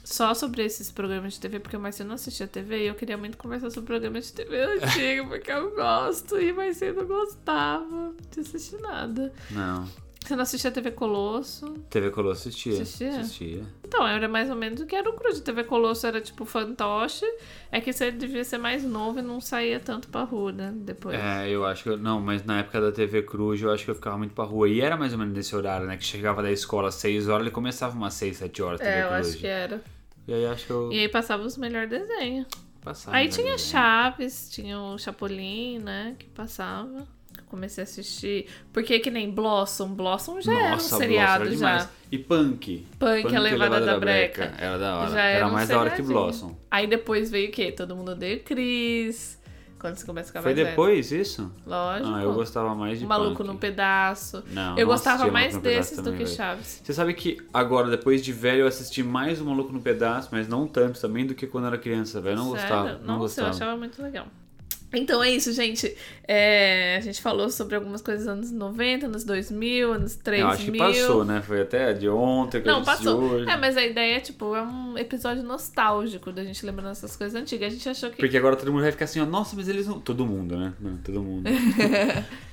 Speaker 1: só sobre esses programas de TV, porque o Marcinho não assistia TV e eu queria muito conversar sobre programas de
Speaker 2: (laughs)
Speaker 1: TV antigo, porque eu gosto. E o Marcinho não gostava de assistir nada.
Speaker 2: Não.
Speaker 1: Você não assistia TV Colosso?
Speaker 2: TV Colosso assistia.
Speaker 1: Assistia?
Speaker 2: Assistia.
Speaker 1: Então, era mais ou menos o que era o Cruz. TV Colosso era tipo fantoche. É que você devia ser mais novo e não saía tanto pra rua, né? Depois.
Speaker 2: É, eu acho que. Eu, não, mas na época da TV Cruz eu acho que eu ficava muito pra rua. E era mais ou menos nesse horário, né? Que chegava da escola às 6 horas, ele começava umas 6, 7 horas TV
Speaker 1: É, eu
Speaker 2: Cruz.
Speaker 1: acho que era.
Speaker 2: E aí acho que eu
Speaker 1: E aí passava os melhores desenhos.
Speaker 2: passava.
Speaker 1: Aí
Speaker 2: né,
Speaker 1: tinha
Speaker 2: desenho.
Speaker 1: Chaves, tinha o Chapolin, né? Que passava. Eu Comecei a assistir. Porque que nem Blossom. Blossom já era um
Speaker 2: Nossa,
Speaker 1: seriado
Speaker 2: Blossom era
Speaker 1: já.
Speaker 2: demais. E Punk.
Speaker 1: Punk, a levada da breca.
Speaker 2: Era da hora.
Speaker 1: já
Speaker 2: era,
Speaker 1: um
Speaker 2: mais da hora que
Speaker 1: seriadinho.
Speaker 2: Blossom.
Speaker 1: Aí depois veio o quê? Todo mundo odeia o Cris. Quando você começa a ficar
Speaker 2: Foi
Speaker 1: mais velho.
Speaker 2: depois isso?
Speaker 1: Lógico.
Speaker 2: Ah, eu gostava mais de
Speaker 1: O Maluco
Speaker 2: Punk.
Speaker 1: no Pedaço.
Speaker 2: Não,
Speaker 1: eu
Speaker 2: não
Speaker 1: gostava
Speaker 2: assistia
Speaker 1: mais
Speaker 2: Maluco no Pedaço
Speaker 1: desses do
Speaker 2: também,
Speaker 1: que
Speaker 2: velho.
Speaker 1: Chaves.
Speaker 2: Você sabe que agora, depois de velho, eu assisti mais o Maluco no Pedaço, mas não tanto também do que quando eu era criança, velho. Eu Não
Speaker 1: Sério?
Speaker 2: gostava. Não,
Speaker 1: Nossa,
Speaker 2: gostava.
Speaker 1: eu achava muito legal. Então é isso, gente. É, a gente falou sobre algumas coisas dos anos 90, anos 2000, anos 3000.
Speaker 2: Eu acho que passou, né? Foi até de ontem que eu
Speaker 1: Não,
Speaker 2: assisti
Speaker 1: passou.
Speaker 2: hoje.
Speaker 1: É, mas a ideia é, tipo, é um episódio nostálgico da gente lembrando essas coisas antigas. A gente achou que.
Speaker 2: Porque agora todo mundo vai ficar assim, ó, nossa, mas eles não. Todo mundo, né? Não,
Speaker 1: (laughs)
Speaker 2: todo mundo.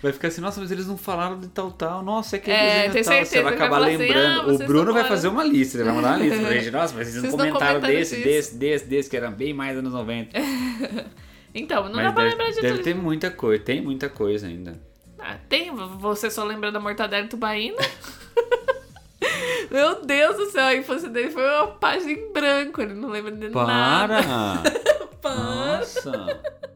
Speaker 2: vai ficar assim, nossa, mas eles não falaram de tal, tal. Nossa, é que
Speaker 1: É,
Speaker 2: desenho
Speaker 1: tem
Speaker 2: tal. Você
Speaker 1: certeza,
Speaker 2: vai
Speaker 1: ele vai
Speaker 2: acabar
Speaker 1: falar assim,
Speaker 2: lembrando.
Speaker 1: ah,
Speaker 2: o
Speaker 1: vocês
Speaker 2: Bruno
Speaker 1: não
Speaker 2: vai
Speaker 1: falaram.
Speaker 2: fazer uma lista, ele vai mandar uma lista pra gente. Nossa, mas eles não
Speaker 1: Vocês não
Speaker 2: comentaram
Speaker 1: comentaram
Speaker 2: desse,
Speaker 1: disso."
Speaker 2: desse, desse, desse, que era bem mais anos 90.
Speaker 1: Então, não dá
Speaker 2: mas
Speaker 1: pra
Speaker 2: deve,
Speaker 1: lembrar de
Speaker 2: deve
Speaker 1: tudo.
Speaker 2: ter muita coisa, tem muita coisa ainda.
Speaker 1: Ah, tem, você só lembra da mortadela e tubaína? (laughs) Meu Deus do céu, a infância dele foi uma página em branco, ele não lembra de nada. (laughs)
Speaker 2: Para!
Speaker 1: Para! (laughs)
Speaker 2: Nossa!